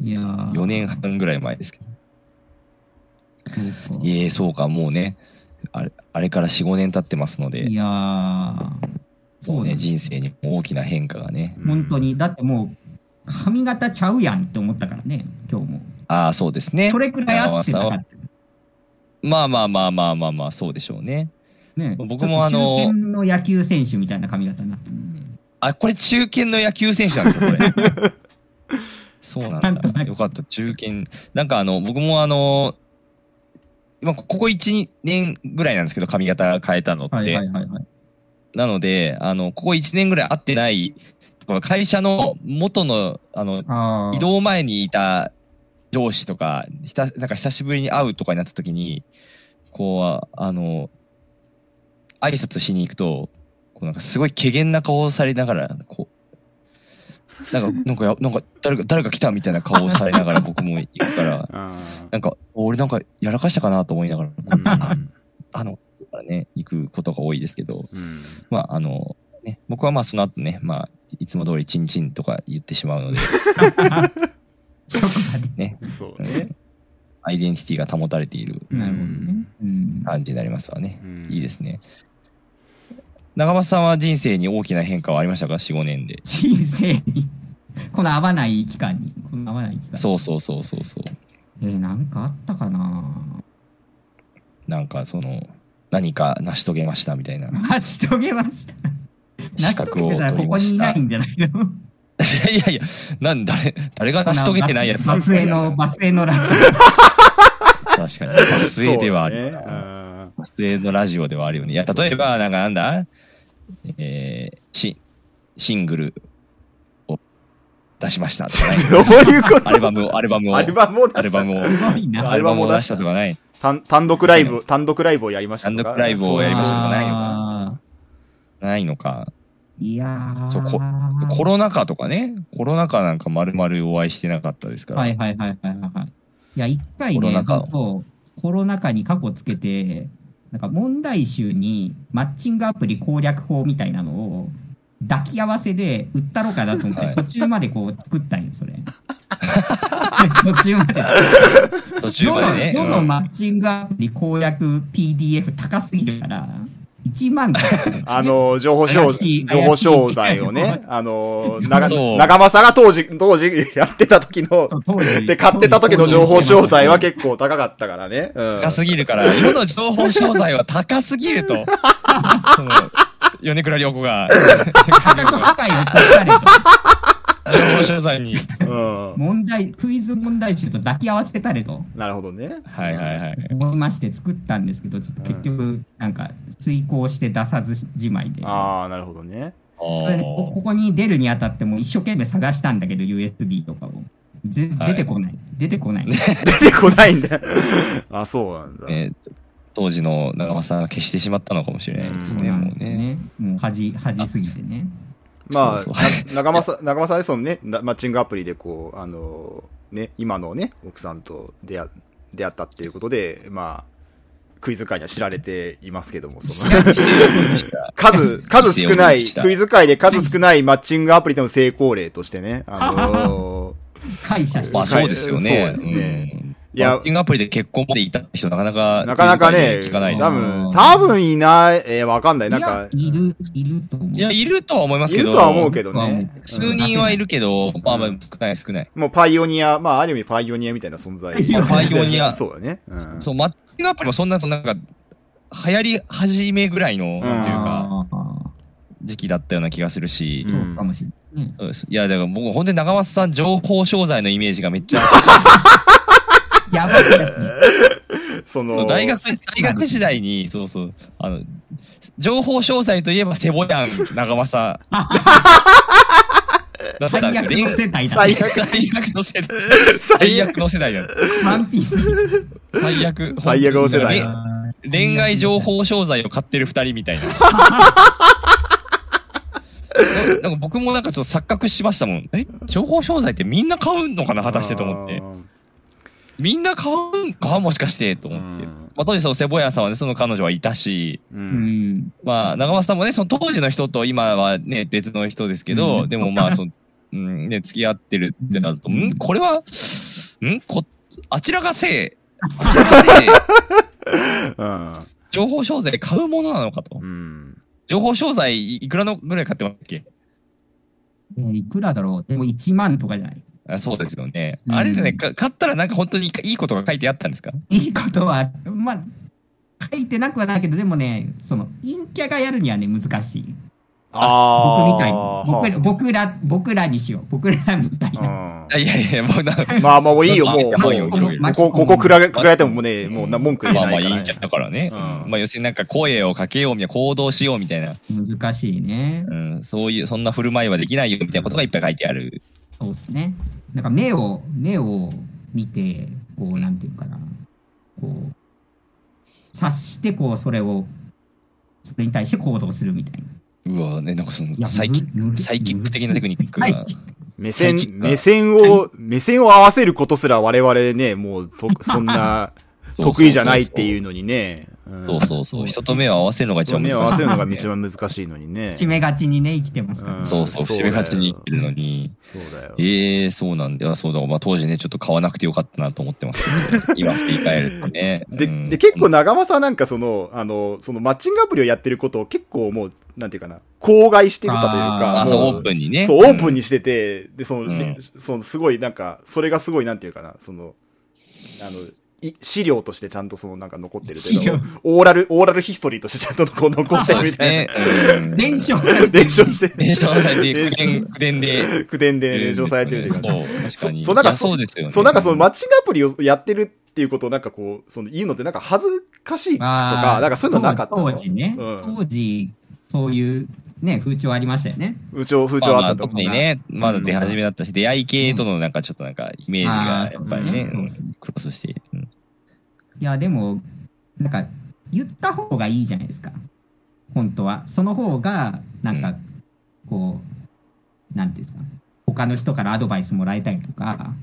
Speaker 3: いやー
Speaker 2: 4年半ぐらい前ですけど。
Speaker 3: そうか
Speaker 2: ええそうか、もうね、あれあれから4、5年経ってますので
Speaker 3: い、やー
Speaker 2: も
Speaker 3: そうう
Speaker 2: ね、
Speaker 3: ね、
Speaker 2: 人生にも大きな変化がね。
Speaker 3: 本当に。だってもう、髪型ちゃうやんって思ったからね、今日も。
Speaker 2: ああ、そうですね
Speaker 3: そ。れくらい合ってなかった。
Speaker 2: まあまあまあまあまあまあ、そうでしょうね。
Speaker 3: ね、
Speaker 2: 僕もあの
Speaker 3: ちょっと中堅の野球選手みたいな髪型になってるんで
Speaker 2: あ、これ中堅の野球選手なんですよ、これ。 そうな
Speaker 3: なんと
Speaker 2: ん
Speaker 3: な
Speaker 2: だ。
Speaker 3: く
Speaker 2: よかった、中堅。なんかあの、僕もあの、今、ここ1年ぐらいなんですけど、髪型変えたのって。
Speaker 3: はいはいはいはい。
Speaker 2: なので、あの、ここ1年ぐらい会ってない、会社の元の、あの、
Speaker 3: あー
Speaker 2: 移動前にいた上司とか、ひた、なんか久しぶりに会うとかになった時に、こう、あの、挨拶しに行くと、こうなんかすごい怪げな顔をされながら、こう、なんか、なんかや、なんか誰か、誰か来たみたいな顔をされながら僕も行くから、
Speaker 1: あ
Speaker 2: なんか、俺なんかやらかしたかなと思いながら、
Speaker 1: ーうん
Speaker 2: あの、からね、行くことが多いですけど、
Speaker 1: うん
Speaker 2: まあ、あの、ね、僕はまあその後ね、まあ、いつも通りチンチンとか言ってしまうので、
Speaker 3: 職場で。
Speaker 1: そうね。
Speaker 2: アイデンティティが保たれている
Speaker 1: ん。
Speaker 3: なるほどね。うん。
Speaker 2: 感じになりますわね。いいですすね。長松さんは人生に大きな変化はありましたか ?4、5年で。
Speaker 3: 人生に、この合わない期間に、この合わない期間
Speaker 2: そうそうそうそうそう。
Speaker 3: えー、なんかあった かな
Speaker 2: なんかその、何か成し遂げましたみたいな
Speaker 3: 成し遂げました。
Speaker 2: 資格を
Speaker 3: 成し遂げたら
Speaker 2: 取り
Speaker 3: ここ
Speaker 2: ま
Speaker 3: に
Speaker 2: し
Speaker 3: い
Speaker 2: た。
Speaker 3: ないいんじゃないの
Speaker 2: や いやいや、なん誰、誰が成し遂げてないやつ
Speaker 3: バスへの、バスへのラジ
Speaker 2: 確かに。バスへではあ
Speaker 1: そう
Speaker 2: る
Speaker 1: ね
Speaker 2: よ
Speaker 1: う
Speaker 2: な。
Speaker 1: ん
Speaker 2: バスへのラジオではあるよね。いや、例えば、なんかなんだえー、シシングルを出しましたとかない。
Speaker 1: どういうこ
Speaker 2: アルバ ムを、アルバム
Speaker 1: と
Speaker 2: を、
Speaker 1: ア
Speaker 2: ア
Speaker 1: ルバムを出した
Speaker 2: ルバムを。
Speaker 3: オ。すごいな。
Speaker 2: アルバムを出したとかない。
Speaker 1: 単単独ライブ、単独ライブをやりましたとか。
Speaker 2: 単独ライブをやりましたとかないのか
Speaker 3: あ
Speaker 2: ないのか。
Speaker 3: ーいやー。
Speaker 2: そうこコロナ禍とかね。コロナ禍なんか丸々お会いしてなかったですから。
Speaker 3: はいはいはいはいはいはい。いや、一回
Speaker 2: コロ
Speaker 3: ね、
Speaker 2: ナ禍を
Speaker 3: 本当コロナ禍に過去つけて、なんか問題集にマッチングアプリ攻略法みたいなのを抱き合わせで売ったろうかなと思っ
Speaker 2: は
Speaker 3: て、
Speaker 2: い
Speaker 3: 途中までこう作ったんよ、それ。 途中まで作っ
Speaker 2: 途中までね。
Speaker 3: 世
Speaker 2: う
Speaker 3: の世の
Speaker 2: ん
Speaker 3: マッチングアプリ攻略 PDF 高すぎるから、1万とか
Speaker 1: あの、情報商
Speaker 3: 怪しい
Speaker 1: 情報商材をね、あ の、長、
Speaker 2: そう
Speaker 1: 長政が当時、当時やってた時の、
Speaker 3: 当時
Speaker 1: で、買ってた時の情報商材は
Speaker 3: 結
Speaker 1: 結構高かったからね。うん。
Speaker 2: 高すぎるから、世の情報商材は高すぎると。その米倉涼子が、
Speaker 3: 構価格破壊を起こしたりと
Speaker 2: 情報商材に。
Speaker 1: うん。
Speaker 3: 問題、クイズ問題集と抱き合わせたれと
Speaker 1: なるほどね。
Speaker 2: はいはいはい。
Speaker 3: 思いまして作ったんですけど、ちょっと結局、なんか、遂行して出さずじまいで。
Speaker 1: ああ、なるほどね。
Speaker 3: これねこここに出るにあたっても一生懸命探したんだけど、USB とかを。ぜ
Speaker 2: はい
Speaker 3: 出てこない。出てこない。
Speaker 1: 出てこないんだ。あ、そうなんだ。
Speaker 2: ね当時の長松さんが消してしまったのかもしれないです
Speaker 3: そう
Speaker 2: ね、
Speaker 3: なん
Speaker 2: も
Speaker 3: で
Speaker 2: う
Speaker 3: すよ
Speaker 2: ね。
Speaker 3: ね。もう恥、恥すぎてね。
Speaker 1: まあ、
Speaker 2: そう
Speaker 1: な長政、長政でそのね、なマッチングアプリでこう、あのね、今のね、奥さんと出会出会ったっていうことで、まあ、クイズ界には知られていますけども、その 数、数少ない、クイズ界で数少ないマッチングアプリでの成功例としてね、あのー
Speaker 3: 感謝して
Speaker 2: まあそうですよね。
Speaker 1: そうですね
Speaker 2: うん
Speaker 1: いや
Speaker 2: マッチングアプリで結婚までいたって人なかなか、
Speaker 1: なかなかね、
Speaker 2: 聞かないです
Speaker 1: 多。分、多分いない、えーわかんない。なんか、
Speaker 3: いや、いる、いると思う。
Speaker 2: いや、いるとは思います
Speaker 1: い
Speaker 2: け
Speaker 1: る
Speaker 2: ど。
Speaker 1: とは思うけどね。
Speaker 2: 数人はいるけど、まあまあ少ない少ない。
Speaker 1: もうパイオニア、まあある意味パイオニアみたいな存在。
Speaker 2: まあパイオニア
Speaker 1: そうだね。うん
Speaker 2: そう、マッチングアプリもそんな、そのなんか、流行り始めぐらいの、なんていうか、
Speaker 3: ああ
Speaker 2: 時期だったような気がするし
Speaker 1: う。ん
Speaker 3: そうかもしれないね。
Speaker 2: そうですいや、だから僕、本当に長松さん、情報商材のイメージがめっちゃ、
Speaker 3: やばい やつ。
Speaker 1: そ
Speaker 2: そう
Speaker 1: の、
Speaker 2: 大学、大学時代に、そうそう、あの、情報商材といえばセボヤン、長 政。
Speaker 1: 最
Speaker 2: だったんですよ。恋
Speaker 3: 最悪の世代だ。
Speaker 1: 悪、
Speaker 2: 最悪の世代。
Speaker 1: 最
Speaker 2: 最
Speaker 1: 悪、
Speaker 2: 悪の世代だよ。
Speaker 3: ワンピース。
Speaker 2: 最悪。
Speaker 1: 最悪の世代
Speaker 2: だから
Speaker 1: だ。
Speaker 2: れ恋愛情報商材を買ってる二人み たいな。ななんか僕もなんかちょっと錯覚しましたもん。え情報商材ってみんな買うのかな果たしてと思って
Speaker 1: あ。ー。
Speaker 2: みんな買うんかもしかしてと思って。
Speaker 1: うん
Speaker 2: まあ、当時そのセボヤンさんはね、その彼女はいたし、
Speaker 1: う。
Speaker 3: うんん。
Speaker 2: まあ、長松さんもね、その当時の人と今はね、別の人ですけど、
Speaker 3: うん
Speaker 2: でもまあ、その、うん、ね、付き合ってるってなると、
Speaker 3: うん
Speaker 2: んこれは、んこ、あちらがせい、あち らがせい、
Speaker 1: うん
Speaker 2: 情報商材買うものなのかと
Speaker 1: う。ん。
Speaker 2: 情報商材いいくらのぐらい買ってましたっけ
Speaker 3: えーいくらだろうでも1万とかじゃない。
Speaker 2: あそうですよね。
Speaker 3: うん
Speaker 2: あれでね、か買ったらなんか本当にいいことが書いてあったんですか
Speaker 3: いいことは、まあ、書いてなくはないけど、でもね、その、陰キャがやるにはね、難しい。
Speaker 1: あ
Speaker 3: 僕
Speaker 1: ー
Speaker 3: みたいに。僕ら
Speaker 1: は
Speaker 3: 僕ら、僕らにしよう。僕らみたい
Speaker 1: あ
Speaker 3: な。
Speaker 2: あいやいや、もうな、
Speaker 1: うんまあまあもういいよ、もう、も
Speaker 2: まあ
Speaker 1: う
Speaker 2: いいよ
Speaker 1: こ
Speaker 2: いいよ
Speaker 1: こ、ここくら、くられてももうね、もうな文句言
Speaker 2: ま
Speaker 1: え
Speaker 2: あま
Speaker 1: な
Speaker 2: あ
Speaker 1: い
Speaker 2: い
Speaker 1: から
Speaker 2: い
Speaker 1: ね
Speaker 2: んじゃ。だからね。
Speaker 1: うん
Speaker 2: まあ要するになんか声をかけようみたいな、行動しようみたいな、
Speaker 3: 難しいね。
Speaker 2: うん、そういう、そんな振る舞いはできないよみたいなことがいっぱい書いてある。
Speaker 3: そうですね。なんか目を、目を見て、こう、なんていうかな。こう、察して、こう、それを、それに対して行動するみたいな。
Speaker 2: うわね、なんかその
Speaker 3: いや
Speaker 2: サイキッ
Speaker 3: むむ
Speaker 2: ク、サイキック的なテクニック
Speaker 3: はい
Speaker 2: が。
Speaker 1: 目線
Speaker 2: 最、近
Speaker 1: 目線を、目線を合わせることすら我々ね、もう そ、そんな、得意じゃないっていう
Speaker 2: う。
Speaker 1: のにね。うん
Speaker 2: そうそうそう。人と目を合わせるのが一番難
Speaker 1: 目
Speaker 2: しい。
Speaker 1: を合わせるのが一番難しいのにね。
Speaker 3: 締めがちにね、生きてました、
Speaker 1: ん
Speaker 2: そうそう、
Speaker 1: そう
Speaker 2: 節
Speaker 1: だ
Speaker 2: 目
Speaker 1: よ
Speaker 2: 八に行ってるのに。
Speaker 1: そうだよ。
Speaker 2: ええそうなんだ。いやそうだ。まあ当時ね、ちょっと買わなくてよかったなと思ってますけ ど。今振り返るとね。
Speaker 1: で、
Speaker 2: うん
Speaker 1: で、結構長間さんなんかその、あの、そのマッチングアプリをやってることを結構もう、なんていうかな、公害してたというか、
Speaker 2: あ、
Speaker 1: も
Speaker 2: そう、オープンにね。
Speaker 1: そう、オープン
Speaker 2: ン。
Speaker 1: にしてて、で、その、
Speaker 2: うん
Speaker 1: ねその、すごいなんか、それがすごいなんていうかな、その、あの、い資料としてちゃんとそのなんか残ってるというか
Speaker 3: 資
Speaker 1: オーラル、オーラルヒストリーとしてちゃんとこう残って
Speaker 2: そう
Speaker 1: るみ
Speaker 2: です
Speaker 1: たい
Speaker 2: ね
Speaker 1: な。。
Speaker 2: うん
Speaker 3: 伝承
Speaker 1: 伝承して、
Speaker 2: 伝承されて、苦伝、苦伝で。
Speaker 1: 苦伝で伝承されてるというか、
Speaker 2: そう、確かに。
Speaker 1: そそうなんか
Speaker 2: いやそうですよね。
Speaker 1: そう、なんかそのマッチングアプリをやってるっていうことをなんかこう、その言うのってなんか恥ずかしいとか、なんかそういうのなかったの
Speaker 3: 当時ね、
Speaker 1: うん
Speaker 3: 当時、そういう、ね、風潮ありましたよね。
Speaker 1: 風潮、風
Speaker 2: まあ
Speaker 1: 潮
Speaker 2: ま
Speaker 1: あ
Speaker 2: あ、
Speaker 1: ったと
Speaker 2: 特
Speaker 1: 思
Speaker 2: にね、まだ出始めだったし、出会い系とのなんかちょっとなんかイメージがやっぱりね
Speaker 3: あー、
Speaker 2: う
Speaker 3: そうですねそうで
Speaker 2: ん
Speaker 3: すね
Speaker 2: クロスして。うん
Speaker 3: いや、でも、なんか、言った方がいいじゃないですか。本当は。その方が、なん
Speaker 2: う
Speaker 3: か、こう、なんていうんですか。他の人からアドバイスもらえたりとか、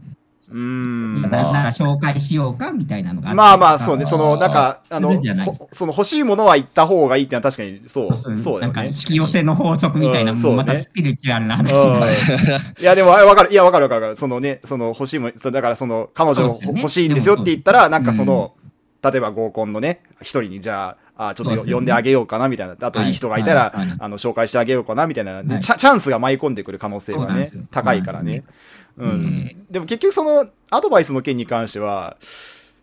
Speaker 1: う。うーん。
Speaker 2: まあ
Speaker 3: ななら紹介しようかみたいなのがったりとか
Speaker 1: まあまあ、そうね、その、
Speaker 2: あー
Speaker 1: なんか、あの
Speaker 3: するじゃない
Speaker 1: ほその欲しいものは言った方がいいってのは確かに、そう、
Speaker 3: そ
Speaker 1: そうう
Speaker 3: そ
Speaker 1: だ
Speaker 3: うな
Speaker 1: よ
Speaker 3: んか
Speaker 1: ね
Speaker 3: 引。き寄せの法則みたいな、
Speaker 1: うん
Speaker 3: も
Speaker 1: そう
Speaker 3: う
Speaker 1: ね
Speaker 3: またスピリチュアルな話になる
Speaker 1: うんいや、でも、わかる、いや、わかるわかる。そのね、その欲しいもん、そうだからその、彼女
Speaker 3: そうですよね
Speaker 1: 欲しいんですよって言ったら、
Speaker 3: で
Speaker 1: なん
Speaker 3: も
Speaker 1: か
Speaker 3: そ
Speaker 1: そうの、例えば合コンのね、一人にじゃあ、あちょっと
Speaker 3: そうです
Speaker 1: よ
Speaker 3: よね
Speaker 1: 呼んであげようかな、みたいな。あと、
Speaker 3: はい
Speaker 1: いい人がいたら
Speaker 3: はいはい、
Speaker 1: あの、紹介してあげようかな、みたいな。
Speaker 3: は
Speaker 1: で
Speaker 3: い
Speaker 1: チャチャンスが舞い込んでくる可能性
Speaker 3: そう
Speaker 1: が
Speaker 3: なんで
Speaker 1: ね
Speaker 3: すよ、
Speaker 1: 高いからね。う
Speaker 2: うんん。
Speaker 1: でも結局その、アドバイスの件に関しては、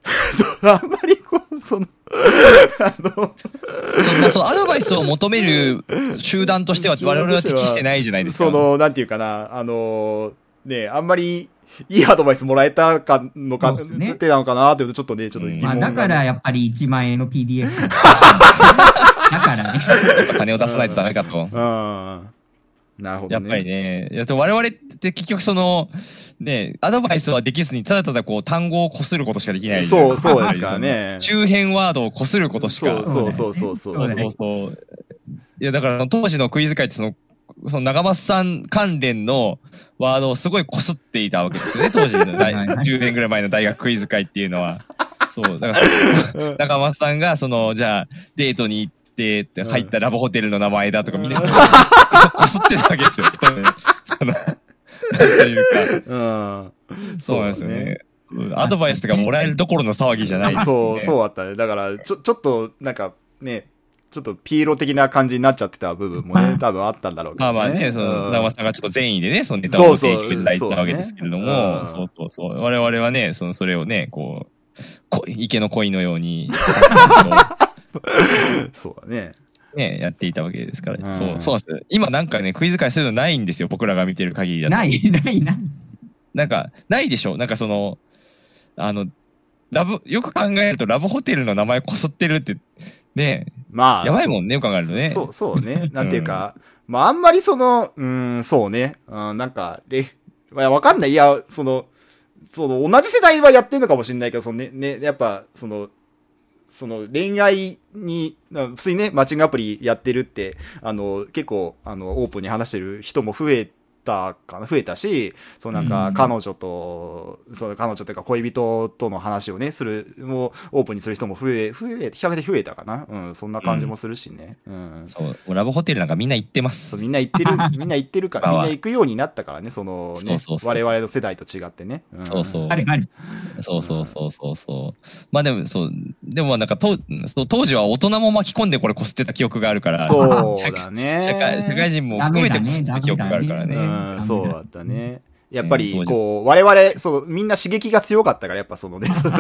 Speaker 1: あんまりこう、その、あの、
Speaker 2: そんな、そう、アドバイスを求める集団としては、 我々は適してないじゃないですか。
Speaker 1: その、なんていうかな、あのーね、あんまり、いいアドバイスもらえたかのか、
Speaker 3: そうっすね
Speaker 1: ってなのかなっていうと、ちょっとね、ちょっと疑問
Speaker 3: ま
Speaker 1: が
Speaker 3: あ、
Speaker 1: ね
Speaker 3: だからやっぱり1万円の PDF だからね
Speaker 2: やっぱ金を出さないとダメかと。
Speaker 1: うん。なるほど
Speaker 2: やっ
Speaker 1: ね。
Speaker 2: ぱりね、やっぱ我々って結局その、ね、アドバイスはできずに、ただただこう単語をこすることしかできない。
Speaker 1: そう、そうですからね。
Speaker 2: 周辺ワードをこすることし
Speaker 1: そ
Speaker 2: か
Speaker 1: う。そうそうそうそう。
Speaker 3: そうだ
Speaker 2: そ
Speaker 3: ね
Speaker 2: うそう。いや、だから当時のクイズ界ってその、その長松さん関連のワードをすごいこすっていたわけですよね、当時の大
Speaker 3: はいはい
Speaker 2: 10年ぐらい前の大学クイズ会っていうのは。そう、だからその長松さんが、その、じゃあ、デートに行ってって入ったラブホテルの名前だとか、みんなこすってたわけですよ。その、なんというか、
Speaker 1: うん。
Speaker 2: そうなんですよね。うんアドバイスがもらえるどころの騒ぎじゃないですね。
Speaker 1: そう、そうあったね。だから、ちょ、ちょっと、なんか、ね、ちょっとピーロ的な感じになっちゃってた部分もね、多分あったんだろうけど、
Speaker 2: まあまあね、その、長
Speaker 1: う
Speaker 2: 間
Speaker 1: ん
Speaker 2: さんがちょっと善意でね、そのネタを提供いただいた
Speaker 1: そうそう
Speaker 2: わけですけれど
Speaker 1: う
Speaker 2: も、
Speaker 1: ん
Speaker 2: そうそうそう。我々はね、その、それをね、こう、こ池の鯉のよう に、
Speaker 1: そうだね。
Speaker 2: ね、やっていたわけですか
Speaker 1: うん
Speaker 2: ら、そう、そうなんですよ今なんかね、クイズ会そういうのないんですよ、僕らが見てる限りだと。
Speaker 3: ない、ない、ない。
Speaker 2: なんか、ないでしょなんかその、あの、ラブ、よく考えるとラブホテルの名前こすってるって、ね、
Speaker 1: まあ、
Speaker 2: やばいもんね、よく考えるとね。
Speaker 1: そう、そう ね。なんていうか、まあ、あんまりその、うーん、そうね。うん、なんか、レフ、まあ、わかんない。いや、その、その、同じ世代はやってるのかもしれないけど、そのね、ね、やっぱ、その、その恋愛に、な普通にね、マッチングアプリやってるって、あの、結構、あの、オープンに話してる人も増えたかな、増えたし、そうなん
Speaker 2: う
Speaker 1: か
Speaker 2: ん、
Speaker 1: 彼女と、その彼女というか恋人との話をね、する、もうオープンにする人も増え、増え、比較的増えたかな。うん、そんな感じもするしね。うん。
Speaker 2: そう。もうラブホテルなんかみんな行ってます。
Speaker 1: そうみんな行 ってる、みんな行ってるから、
Speaker 2: まあ
Speaker 1: みん
Speaker 2: まあ
Speaker 1: な行くようになったからね、そのね、
Speaker 2: そうそうそう
Speaker 1: 我々の世代と違ってね。ん
Speaker 2: そうそう
Speaker 3: あれ、あれ。
Speaker 2: そうそうそうそうそう。まあでも、そう、でもなんか当そう当時は大人も巻き込んでこれこすってた記憶があるから、
Speaker 1: そう
Speaker 2: 社
Speaker 1: だね。
Speaker 2: 社会社会人も含めてこすってた記憶があるからね。
Speaker 1: うん、そうだったね。やっぱ
Speaker 2: うん当
Speaker 1: り、
Speaker 2: 時
Speaker 1: こう、我々、そう、みんな刺激が強かったから、やっぱその ね、そう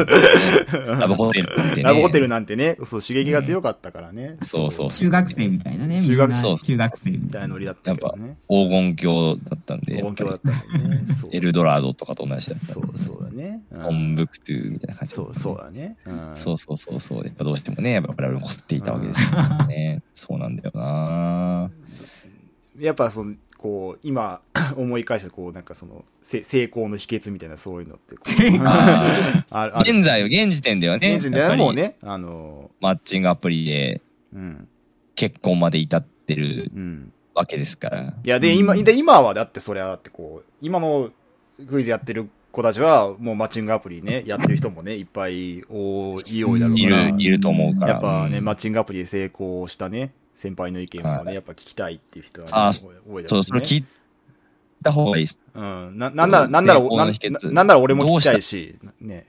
Speaker 2: ラブホテルってね。
Speaker 1: ラブホテルなんてね、そう、刺激が強かったからね。
Speaker 2: そうそうそう。
Speaker 3: 中学生みたいなね。
Speaker 1: 中学
Speaker 3: みんな
Speaker 2: そう
Speaker 3: 中学生み
Speaker 1: みた
Speaker 3: たい
Speaker 1: い
Speaker 3: な。
Speaker 1: なノリだったけどね。
Speaker 2: 黄金鏡だったんで、
Speaker 1: 音響だったもんね。そう
Speaker 2: エルドラードとかと同じだった。
Speaker 1: そう、そうだね。うん
Speaker 2: オンブクトゥみたいな感じ。
Speaker 1: そう、そうだね。うん
Speaker 2: そうそうそうそう。やっぱどうしてもね、やっぱ我々もこすっていたわけですよね。そうなんだよ な
Speaker 1: やっぱそのこう今 思い返してこうなんかそのせ成功の秘訣みたいなそういうのってこう
Speaker 3: 成功
Speaker 2: あー
Speaker 1: あある
Speaker 2: 現在、現時点ではね、
Speaker 1: 現時点では
Speaker 2: やっぱり
Speaker 1: もうねあの
Speaker 2: マッチングアプリで
Speaker 1: うん
Speaker 2: 結婚まで至ってる
Speaker 1: うん
Speaker 2: わけですから。
Speaker 1: いやで今で今はだってそりゃだってこう今のクイズやってる子たちはもうマッチングアプリ ねやってる人もねいっぱい多いようだろう
Speaker 2: い
Speaker 1: か
Speaker 2: る
Speaker 1: ら、
Speaker 2: いると思うから。
Speaker 1: やっぱね、
Speaker 2: うん
Speaker 1: マッチングアプリで成功したね先輩の意見も
Speaker 2: は
Speaker 1: ねやっぱ聞きたいっていう人は、ね、
Speaker 2: あ
Speaker 1: 多いだ
Speaker 2: そ
Speaker 1: ろう
Speaker 2: う、
Speaker 1: し
Speaker 2: それ
Speaker 1: ね
Speaker 2: 聞いた方がいいです。
Speaker 1: うんななんならなんなら
Speaker 2: 成功の秘訣
Speaker 1: なんなんなら俺も聞きたいしね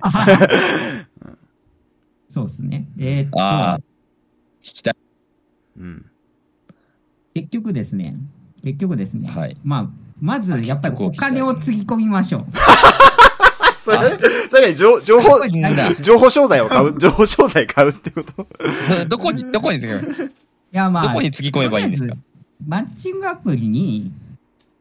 Speaker 3: そうですね。えーっと、
Speaker 2: ああ、聞きたい。
Speaker 1: うん
Speaker 3: 結局ですね。結局ですね。
Speaker 2: はい。
Speaker 3: まあ、まず、やっぱりお金をつぎ込みましょう。
Speaker 1: それ、それね、情情報、
Speaker 2: なんだ。
Speaker 1: 情報商材を買う、 情報商材買うってこと
Speaker 2: どどこに、どこに、
Speaker 3: いや、まあ、
Speaker 2: どこにつぎ込めばいいんですか
Speaker 3: とりあえずマッチングアプリに、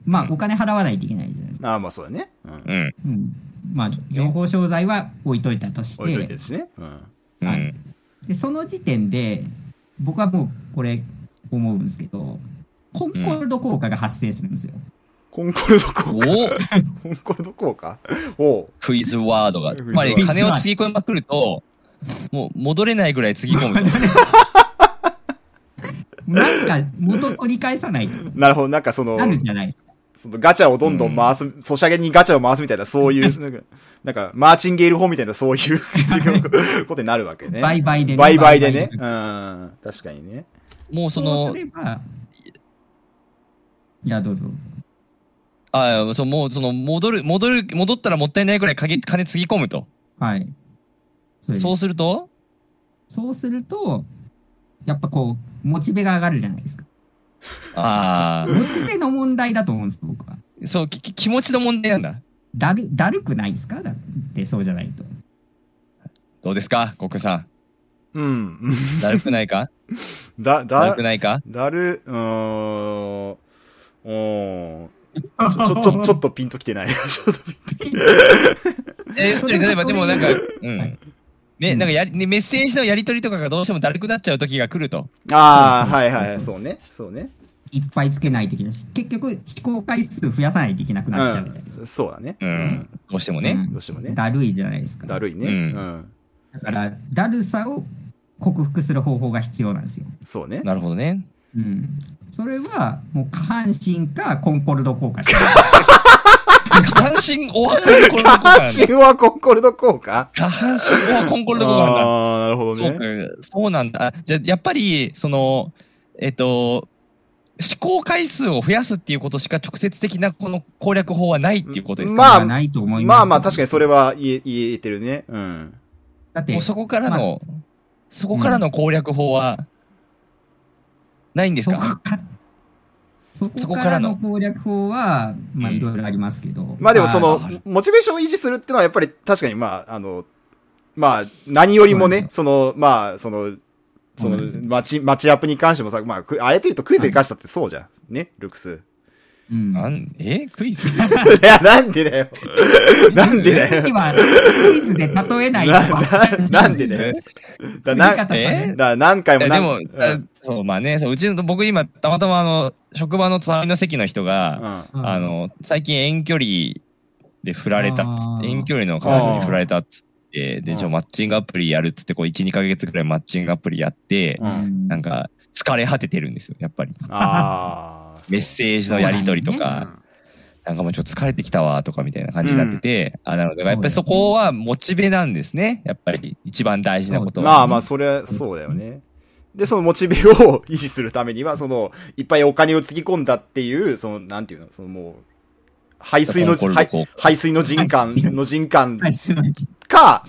Speaker 3: まあ、お金払わないといけないじゃないですか。
Speaker 1: ああ、まあそうだね。うん。
Speaker 2: うん。
Speaker 3: うん。まあ、情報商材は置いといたとして、
Speaker 1: 置いといてですね。うん。
Speaker 2: う
Speaker 3: はい
Speaker 2: ん。
Speaker 3: でその時点で、僕はもう、これ、思うんですけど、コンコールド効果が発生するんですよ。
Speaker 1: コンコルド効
Speaker 2: お
Speaker 1: 果。コ
Speaker 2: お
Speaker 1: ンコルド効果おう。
Speaker 2: クイズワードが。つまり、
Speaker 1: クイズ
Speaker 3: ワード
Speaker 2: 金をつぎ込みまくると、もう戻れないぐらいつぎ込むと。
Speaker 3: なんか、元取り返さない
Speaker 1: なるほど、なんかその
Speaker 3: と、なるじゃないですか。
Speaker 1: そのガチャをどんどん回す、ソシャゲにガチャを回すみたいな、そういう、なんか、なんかマーチンゲール法みたいな、そういう ことになるわけね。
Speaker 3: 売買でね。
Speaker 1: 売買でね。うん。確かにね。
Speaker 2: もうそ
Speaker 3: そう
Speaker 2: の
Speaker 3: す、れば、いや、どうぞ。
Speaker 2: あそうもうその、戻る、戻る、戻ったらもったいないぐらい金金つぎ込むと。
Speaker 3: はい。それで
Speaker 2: そうすると、
Speaker 3: そうすると、やっぱこう、モチベが上がるじゃないですか。
Speaker 2: あ
Speaker 3: モチベの問題だと思うんです、僕は。
Speaker 2: あ、そう、きき気持ちの問題なんだ。
Speaker 3: だる、だるくないですかだってそうじゃないと。
Speaker 2: どうですか、国さ
Speaker 1: うん。うん
Speaker 2: ん。だるくないか
Speaker 1: だ、
Speaker 2: だ
Speaker 1: だ
Speaker 2: るく、ないか
Speaker 1: だる、うーん。うーん。ちょ、ちょ、 ちょ、ちょっとピンときてない。ちょっとピンときてない。
Speaker 2: えー、そ
Speaker 3: そ
Speaker 2: れ
Speaker 3: れ
Speaker 2: 例えば、
Speaker 3: そ
Speaker 2: で
Speaker 3: れ
Speaker 2: もなんか、うん。ね、
Speaker 3: うん
Speaker 2: なんかやり、ね、メッセージのやり取りとかがどうしてもだるくなっちゃう時が来ると。
Speaker 1: ああ、はいはいはい、そうね、そうね。
Speaker 3: いっぱいつけないといけないし、結局、試行回数増やさないといけなくなっちゃうみたいです。
Speaker 1: うん、そうだね。
Speaker 2: う
Speaker 1: うん
Speaker 2: ん。どうしても
Speaker 3: う
Speaker 2: ね。
Speaker 3: ん
Speaker 1: どうしてもね
Speaker 3: だるいじゃないですか。
Speaker 1: だるいね。う
Speaker 2: うん
Speaker 1: ん。
Speaker 3: だから、だるさを克服する方法が必要なんですよ。
Speaker 1: そうね。
Speaker 2: なるほどね。
Speaker 3: うん。それは、もう下半身かコンコルド効果しか
Speaker 2: 下半身オアコンコル
Speaker 1: 下
Speaker 2: ド効果
Speaker 1: 半
Speaker 2: なんだ。
Speaker 1: 身はコンコルド効果
Speaker 2: 下半身オアコンコルド効果なんだ。
Speaker 1: ああ、なるほ
Speaker 2: そ
Speaker 1: ど
Speaker 2: うか
Speaker 1: ね。、
Speaker 2: そうなんだ。あじゃあ、やっぱり、その、えっと、試行回数を増やすっていうことしか直接的なこの攻略法はないっていうことですか、
Speaker 1: まあ
Speaker 3: まあ、ないと思います。
Speaker 1: まあまあ、確かにそれは言え言えてるね。うん。
Speaker 3: だって
Speaker 2: もう、そこからの、そこからの攻略法は、ないんです
Speaker 3: そ
Speaker 2: か
Speaker 3: こか
Speaker 2: そ
Speaker 3: そ
Speaker 2: こ
Speaker 3: こ
Speaker 2: か
Speaker 3: からら
Speaker 2: の
Speaker 3: の攻略法は、まあ、
Speaker 2: うん
Speaker 3: いろいろありますけど。
Speaker 1: まあでもその
Speaker 2: はいはい、
Speaker 1: モチベーションを維持するってのはやっぱり確かにまあ、あの、まあ、何よりもね、その、まあ、その、そ
Speaker 3: そうな
Speaker 1: の
Speaker 3: んですよ、
Speaker 1: マッチアップに関してもさ、まあ、くあれというとクイズに関したってそうじゃん。ね、ルクス。
Speaker 3: うん。
Speaker 2: なんえクイズ
Speaker 1: いや、なんで だよ。なんでだよ
Speaker 3: 次。は、クイズで例えないと
Speaker 1: な
Speaker 3: か。
Speaker 1: ななんでだよ。だな
Speaker 3: 言い方さ
Speaker 2: え
Speaker 1: だから何回
Speaker 2: い
Speaker 1: も
Speaker 2: やで
Speaker 1: 何
Speaker 2: も、あそう、まあね、そううちの、僕今、たまたまあの、職場の隣の席の人
Speaker 1: うん
Speaker 2: が、
Speaker 1: うん
Speaker 2: あの、最近遠距離で振られたっつっ
Speaker 3: あ
Speaker 2: て、
Speaker 3: ー
Speaker 2: 遠距離の彼女に振られたっつって、
Speaker 1: う
Speaker 2: で、
Speaker 1: ん
Speaker 2: ちょ、マッチングアプリやるっつって、こう、1、2ヶ月ぐらいマッチングアプリやって、
Speaker 1: う
Speaker 2: なん、か、疲れ果ててるんですよ、やっぱり。
Speaker 1: ああ。
Speaker 2: メッセージのやり取りと
Speaker 1: ー
Speaker 2: か、なんかもうちょっと疲れてきたわとかみたいな感じになってて、あなので、やっぱりそ
Speaker 3: そ
Speaker 2: う
Speaker 3: だよね
Speaker 2: こはモチベなんですね。やっぱり一番大事なこと
Speaker 1: うん
Speaker 2: は。
Speaker 1: まあまあ、それはそうだよね。で、そのモチベを 維持するためには、その、いっぱいお金をつぎ込んだっていう、その、なんていうの、そのもう、排水の、
Speaker 2: コンコルド
Speaker 1: はい
Speaker 2: 効
Speaker 1: 排水の人間
Speaker 3: 排水
Speaker 1: の人間
Speaker 3: はい、すいません。
Speaker 1: か、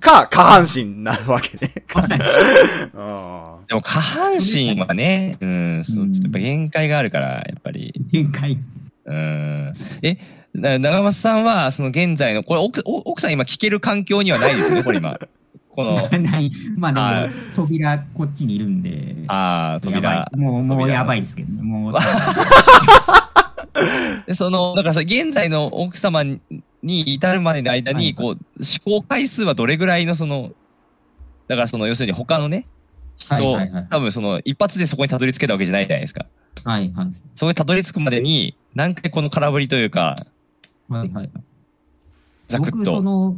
Speaker 1: か、下半身になるわけね。 うん
Speaker 2: でも下半身はね、うん、そううんちょっとやっぱ限界があるから、やっぱり。
Speaker 3: 前回。
Speaker 2: うん。え、な長松さんは、その現在の、これ奥、お奥さん今聞ける環境にはないですね、これ 今。この、
Speaker 3: ない。まあ
Speaker 2: は
Speaker 3: でも、扉こっちにいるんで。
Speaker 2: ああ、
Speaker 3: や
Speaker 2: 扉
Speaker 3: ばい。もう、もう
Speaker 2: 扉
Speaker 3: やばいですけどね。もう、
Speaker 2: でその、だからさ、現在の奥様に至るまでの間
Speaker 3: は
Speaker 2: に、
Speaker 3: い
Speaker 2: こう、試行回数はどれぐらいの、その、だからその、要するに他のね、人、
Speaker 3: はいはいはい
Speaker 2: 多分その、一発でそこにたどり着けたわけじゃないじゃないですか。
Speaker 3: はいはい。
Speaker 2: そこにたどり着くまでに、何回この空振りというか、
Speaker 3: はいはい。
Speaker 2: ざく
Speaker 3: 僕、
Speaker 2: っ
Speaker 3: そ
Speaker 2: と。
Speaker 3: の、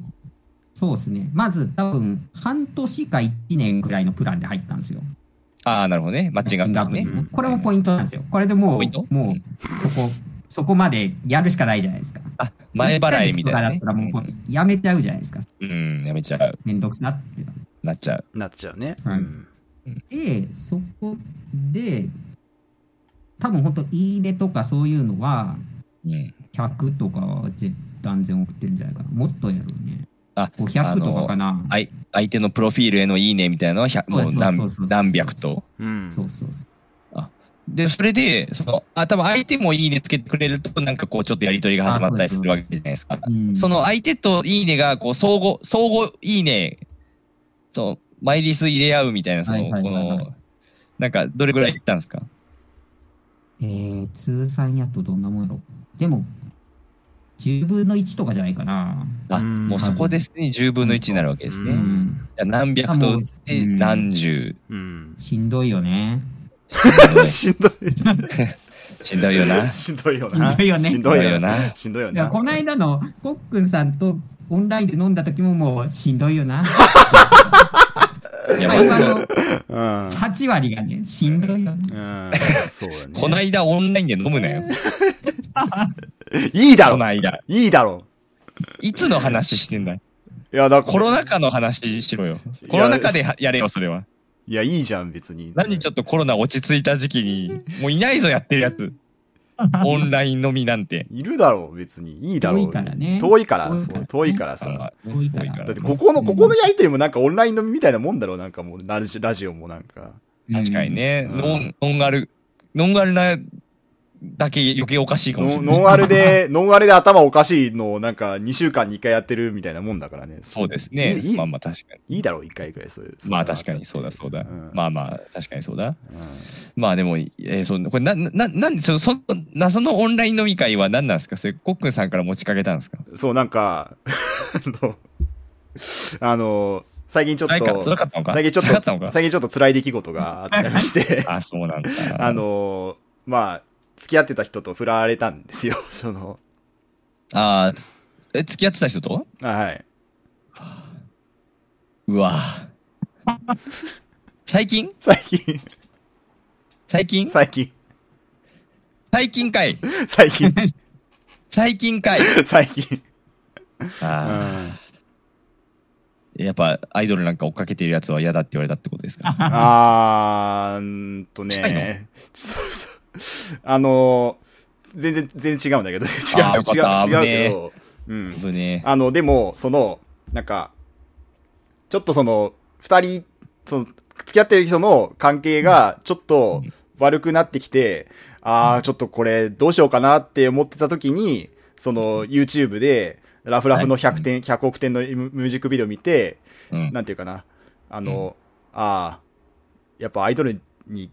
Speaker 3: そうですね。まず、多分、半年か1年ぐらいのプランで入ったんですよ。
Speaker 2: ああ、なるほどね。マッチングアプリね。
Speaker 1: うん
Speaker 3: これもポイントなんですよ。これでも
Speaker 2: ポイント
Speaker 3: う、も
Speaker 2: うん
Speaker 3: う、そこ、そこまでやるしかないじゃないですか。
Speaker 2: あ、前払いみたいな、ね
Speaker 3: 1ヶ月とかだったらもう、やめちゃうじゃないですか。
Speaker 2: うん、やめちゃう。
Speaker 3: めんどくさってなっ
Speaker 2: なっちゃう。
Speaker 1: なっちゃうね。
Speaker 3: はい
Speaker 1: うん
Speaker 3: て。で、そこで、多分本当いいねとかそういうのは、
Speaker 2: うん。
Speaker 3: 100とかは絶断然送ってるんじゃないかな。もっとやろうね。
Speaker 2: あ
Speaker 3: 500とかかな。
Speaker 2: あい相手のプロフィールへのいいねみたいなのは100、もう
Speaker 3: そうそうそうそうそう
Speaker 2: 何何百と。
Speaker 1: うん。
Speaker 3: そうそうそう。
Speaker 2: で、それで、その、あ、多分相手もいいねつけてくれると、なんかこう、ちょっとやりとりが始まったり
Speaker 3: あそ
Speaker 2: す
Speaker 3: うです
Speaker 2: るわけじゃないですか。
Speaker 3: うん
Speaker 2: その相手といいねが、こう、相互、相互いいね、そう、マイリス入れ合うみたいな、その、
Speaker 3: はいはい
Speaker 2: こ
Speaker 3: はいはい
Speaker 2: の、なんか、どれぐらいいったんですか
Speaker 3: えー、通算やとどんなもんやろでも、10分の1とかじゃないかな。
Speaker 2: あ、
Speaker 1: うん
Speaker 2: もうそこですね、10分の1になるわけです
Speaker 1: う
Speaker 2: ね。
Speaker 1: ん
Speaker 2: じゃあ何百と打って、
Speaker 3: うん
Speaker 2: 何十。
Speaker 1: うん。
Speaker 3: しんどいよね。
Speaker 1: しんどい。
Speaker 2: しんどいよな。
Speaker 1: しんどいよな。
Speaker 3: しんどいよね
Speaker 1: しんどい
Speaker 2: しんどい
Speaker 1: よ
Speaker 2: よ
Speaker 1: な
Speaker 2: な。
Speaker 1: しんどいよ
Speaker 3: いや
Speaker 1: な。
Speaker 3: この間のコックンさんとオンラインで飲んだ時ももうしんどいよな。
Speaker 2: いや、ま
Speaker 3: 会
Speaker 2: あ、そ
Speaker 3: 話
Speaker 2: う
Speaker 1: うん。
Speaker 3: の
Speaker 1: うん。
Speaker 3: 8割がね、しんどいよな。
Speaker 1: そうだね。
Speaker 2: こないだオンラインで飲むなよ。
Speaker 1: いいだ
Speaker 2: こ
Speaker 1: ろ
Speaker 2: ないだ。
Speaker 1: いいだろ
Speaker 2: いつの話してんだ
Speaker 1: いや、だか
Speaker 2: コ
Speaker 1: ら、
Speaker 2: ロナ禍の話しろよ。コロナ禍ではやれよ、それは。
Speaker 1: いや、いいじゃん、別に。
Speaker 2: 何ちょっとコロナ落ち着いた時期に、もういないぞ、やってるや つ。オンライン飲みなんて。
Speaker 1: いるだろう、別に。いいだろう。
Speaker 3: 遠いからね
Speaker 1: 遠いから、
Speaker 3: 遠い
Speaker 1: そ
Speaker 3: から
Speaker 1: う
Speaker 3: ね
Speaker 1: 遠いから
Speaker 2: あの
Speaker 1: さ。
Speaker 3: 多いから
Speaker 1: だって、ここの、ここのやりとりもなんかオンライン飲みみたいなもんだろう、なんかもう、ラジラジオもなんか。
Speaker 2: 確かにね、
Speaker 1: うん
Speaker 2: ノン、ノンアル、ノンアルな、だけ余計おかしいかもし
Speaker 1: ノ
Speaker 2: れ
Speaker 1: ン
Speaker 2: ない。
Speaker 1: ノンアルで、 ノンアルで頭おかしいのをなんか2週間に1回やってるみたいなもんだからね。
Speaker 2: そうですね
Speaker 1: いいい。い
Speaker 2: まあまあ確かに。
Speaker 1: いいだろう、1回くらい、そういう。
Speaker 2: まあ確かに、そうだそうだ。
Speaker 1: ん
Speaker 2: まあまあ、確かにそうだ。
Speaker 1: うん
Speaker 2: まあでも、えー、そのこれな、な、なんで、その、その、謎のオンライン飲み会は何なんですかそれ、コックンさんから持ちかけたんですか
Speaker 1: そう、なんか、 あのあの、最近ちょっ
Speaker 2: 辛いか
Speaker 1: と、
Speaker 2: 辛かったのか
Speaker 1: 最近ちょ
Speaker 2: 辛か
Speaker 1: っ
Speaker 2: ったのか
Speaker 1: と、最近ちょっと辛い出来事がありま して、
Speaker 2: あ、そうなんだ。
Speaker 1: あ、の、まあ、付き合ってた人と振られたんですよ、 その、
Speaker 2: あーえ、付き合ってた人と
Speaker 1: あはい。
Speaker 2: うわぁ最近
Speaker 1: 最近、
Speaker 2: 最近
Speaker 1: 最近、
Speaker 2: 最近かい
Speaker 1: 最 近、
Speaker 2: 最近かい
Speaker 1: 最近。
Speaker 2: あーやっぱアイドルなんか追っかけてるやつは嫌だって言われたってことですか
Speaker 1: あーんと
Speaker 2: 近い
Speaker 1: ね、そうそうあのー全然、全然違うんだけど、
Speaker 2: あーよかった
Speaker 1: 違う、違う、違うけど、うん。
Speaker 2: ぶね
Speaker 1: あの、でも、その、なんか、ちょっとその、二人、その、付き合ってる人の関係が、ちょっと悪くなってきて、あー、ちょっとこれ、どうしようかなって思ってた時に、その、YouTube で、ラフラフの100点、100億点のミュージックビデオ見て、
Speaker 2: え。うん。
Speaker 1: なんていうかな、あの、あー、やっぱアイドルに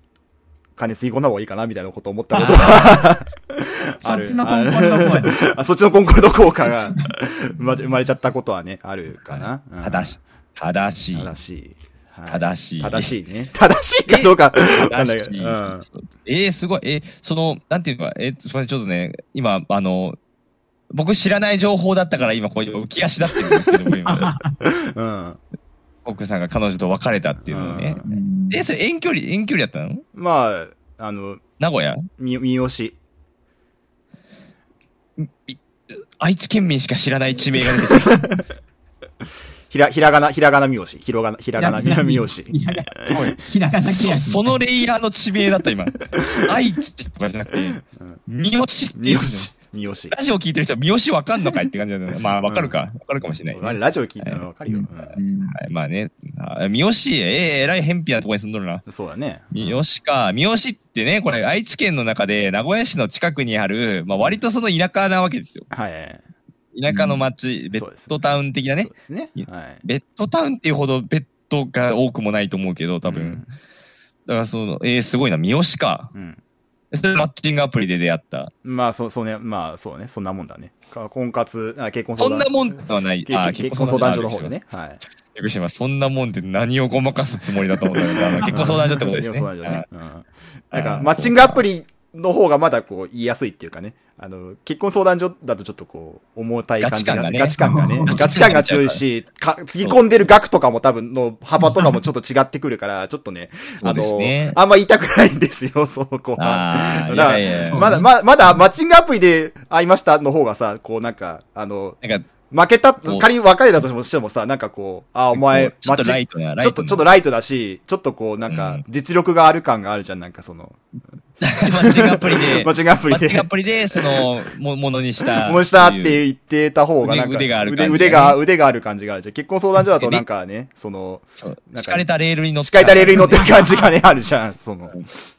Speaker 1: 金吸い込んだ方がいいかな、みたいなこと思ったこと
Speaker 3: そっちの根本の声で。
Speaker 1: あ、 そっちのコンコルド効果が 生まれ生まれちゃったことはね、あるかな。うん
Speaker 2: 正し、正しい。
Speaker 1: 正しい。はい
Speaker 2: 正しい。
Speaker 1: 正しいね。 正しいかどうかわかんない
Speaker 2: 正
Speaker 1: け
Speaker 2: しい
Speaker 1: ど。うん。
Speaker 2: えー、すごい。えーその、なんていうか、えーすみません、ちょっとね、今、あの、僕知らない情報だったから今、こう浮き足立ってるんで すけども、今、
Speaker 1: うん。
Speaker 2: 奥さんが彼女と別れたっていうのね。
Speaker 3: うん
Speaker 2: えーそれ遠距離、遠距離やったの
Speaker 1: まあ、あの、
Speaker 2: 名古屋
Speaker 1: み、三好。
Speaker 2: 愛知県民しか知らない地名が出てきた。
Speaker 1: ひら、ひらがな、ひらがな三好。ひろがな、ひらがな、
Speaker 3: ひら がな
Speaker 1: 三好。
Speaker 3: ひらが ひらがな
Speaker 2: そ
Speaker 3: き
Speaker 2: そのレイヤーの地名だった、今。愛知とかじゃなくて、三好って
Speaker 1: 三
Speaker 2: いう
Speaker 1: 好
Speaker 2: の。。
Speaker 1: 三好。
Speaker 2: ラジオ聞いてる人は三好わかんのかいって感じなんだよね。まあ、わかるか。わかるかもしれないね、
Speaker 1: まあラジオ聞いたらわかるよ。うん
Speaker 2: はいまあね、あ三好、えええらい偏僻なとこに住んどるな。
Speaker 1: そうだね。
Speaker 2: 三好か。三好ってね、これ愛知県の中で名古屋市の近くにある、まあ割とその田舎なわけですよ。
Speaker 1: はい。
Speaker 2: 田舎の町、ベ
Speaker 1: そう
Speaker 2: ッ
Speaker 1: です
Speaker 2: ドタウン的なね
Speaker 1: そうですね。はい。
Speaker 2: ベッドタウンっていうほどベッドが多くもないと思うけど、多分。
Speaker 1: うん
Speaker 2: だからその、えー、すごいな、三好か。
Speaker 1: うん。
Speaker 2: それマッチングアプリで出会った。
Speaker 1: まあ、そう、そうね。まあ、そうね。そんなもんだね。か婚活、あ結婚
Speaker 2: そ
Speaker 1: 相
Speaker 2: ん
Speaker 1: 談。
Speaker 2: なもんはない。
Speaker 1: けけ結婚相談所の方で
Speaker 2: で。
Speaker 1: ね。はい。
Speaker 2: よくしてます。そんなもんって何をごまかすつもりだと思ったんだけどあの結婚相談所ってことですね。
Speaker 1: 結婚相談所ね。うん
Speaker 2: あ
Speaker 1: な
Speaker 2: ー
Speaker 1: んか、マッチングアプリの方がまだこう言いやすいっていうかね。あの、結婚相談所だとちょっとこう、重たい感じが。ガ
Speaker 2: ガ
Speaker 1: チ
Speaker 2: チ
Speaker 1: 感
Speaker 2: 感
Speaker 1: が
Speaker 2: が
Speaker 1: ね
Speaker 2: ね。
Speaker 1: ガチ感が強いし、か、つぎ込んでる額とかも多分の幅とかもちょっと違ってくるから、ちょっとね、
Speaker 2: そ
Speaker 1: あ
Speaker 2: うです
Speaker 1: の
Speaker 2: ね、
Speaker 1: あんま言いたくないんですよ、その後半。
Speaker 2: ああ、
Speaker 1: だ
Speaker 2: い
Speaker 1: から
Speaker 2: やいやいや。
Speaker 1: まだ、ま、まだ、マッチングアプリで会いましたの方がさ、こうなんか、あの、
Speaker 2: なんか、
Speaker 1: 負けた、
Speaker 2: そう
Speaker 1: 仮に別れたとしてもさ、なんかこう、あ、お前、
Speaker 2: ちょっ
Speaker 1: マッ
Speaker 2: と
Speaker 1: チン
Speaker 2: ライトな、ライ
Speaker 1: ちょっ
Speaker 2: ト
Speaker 1: と、
Speaker 2: な
Speaker 1: ちょっとライトだし、ちょっとこう、なん
Speaker 2: う
Speaker 1: か
Speaker 2: ん、
Speaker 1: 実力がある感があるじゃん、なんかその、
Speaker 2: マッチングアプリ で、
Speaker 1: マッチングアプリ
Speaker 2: マッチング
Speaker 1: で
Speaker 2: ア、プリで、そ の、も、ものにした。
Speaker 1: もうしたって言ってた方が、なんか、
Speaker 2: 腕腕がある感じ
Speaker 1: 腕腕が、腕がある感じがあるじゃん。結婚相談所だとなんかね、その、
Speaker 2: そう
Speaker 1: なんか
Speaker 2: 敷かれたレールに乗って。
Speaker 1: 司会たレールに乗ってる感じがね、あるじ ゃん、その、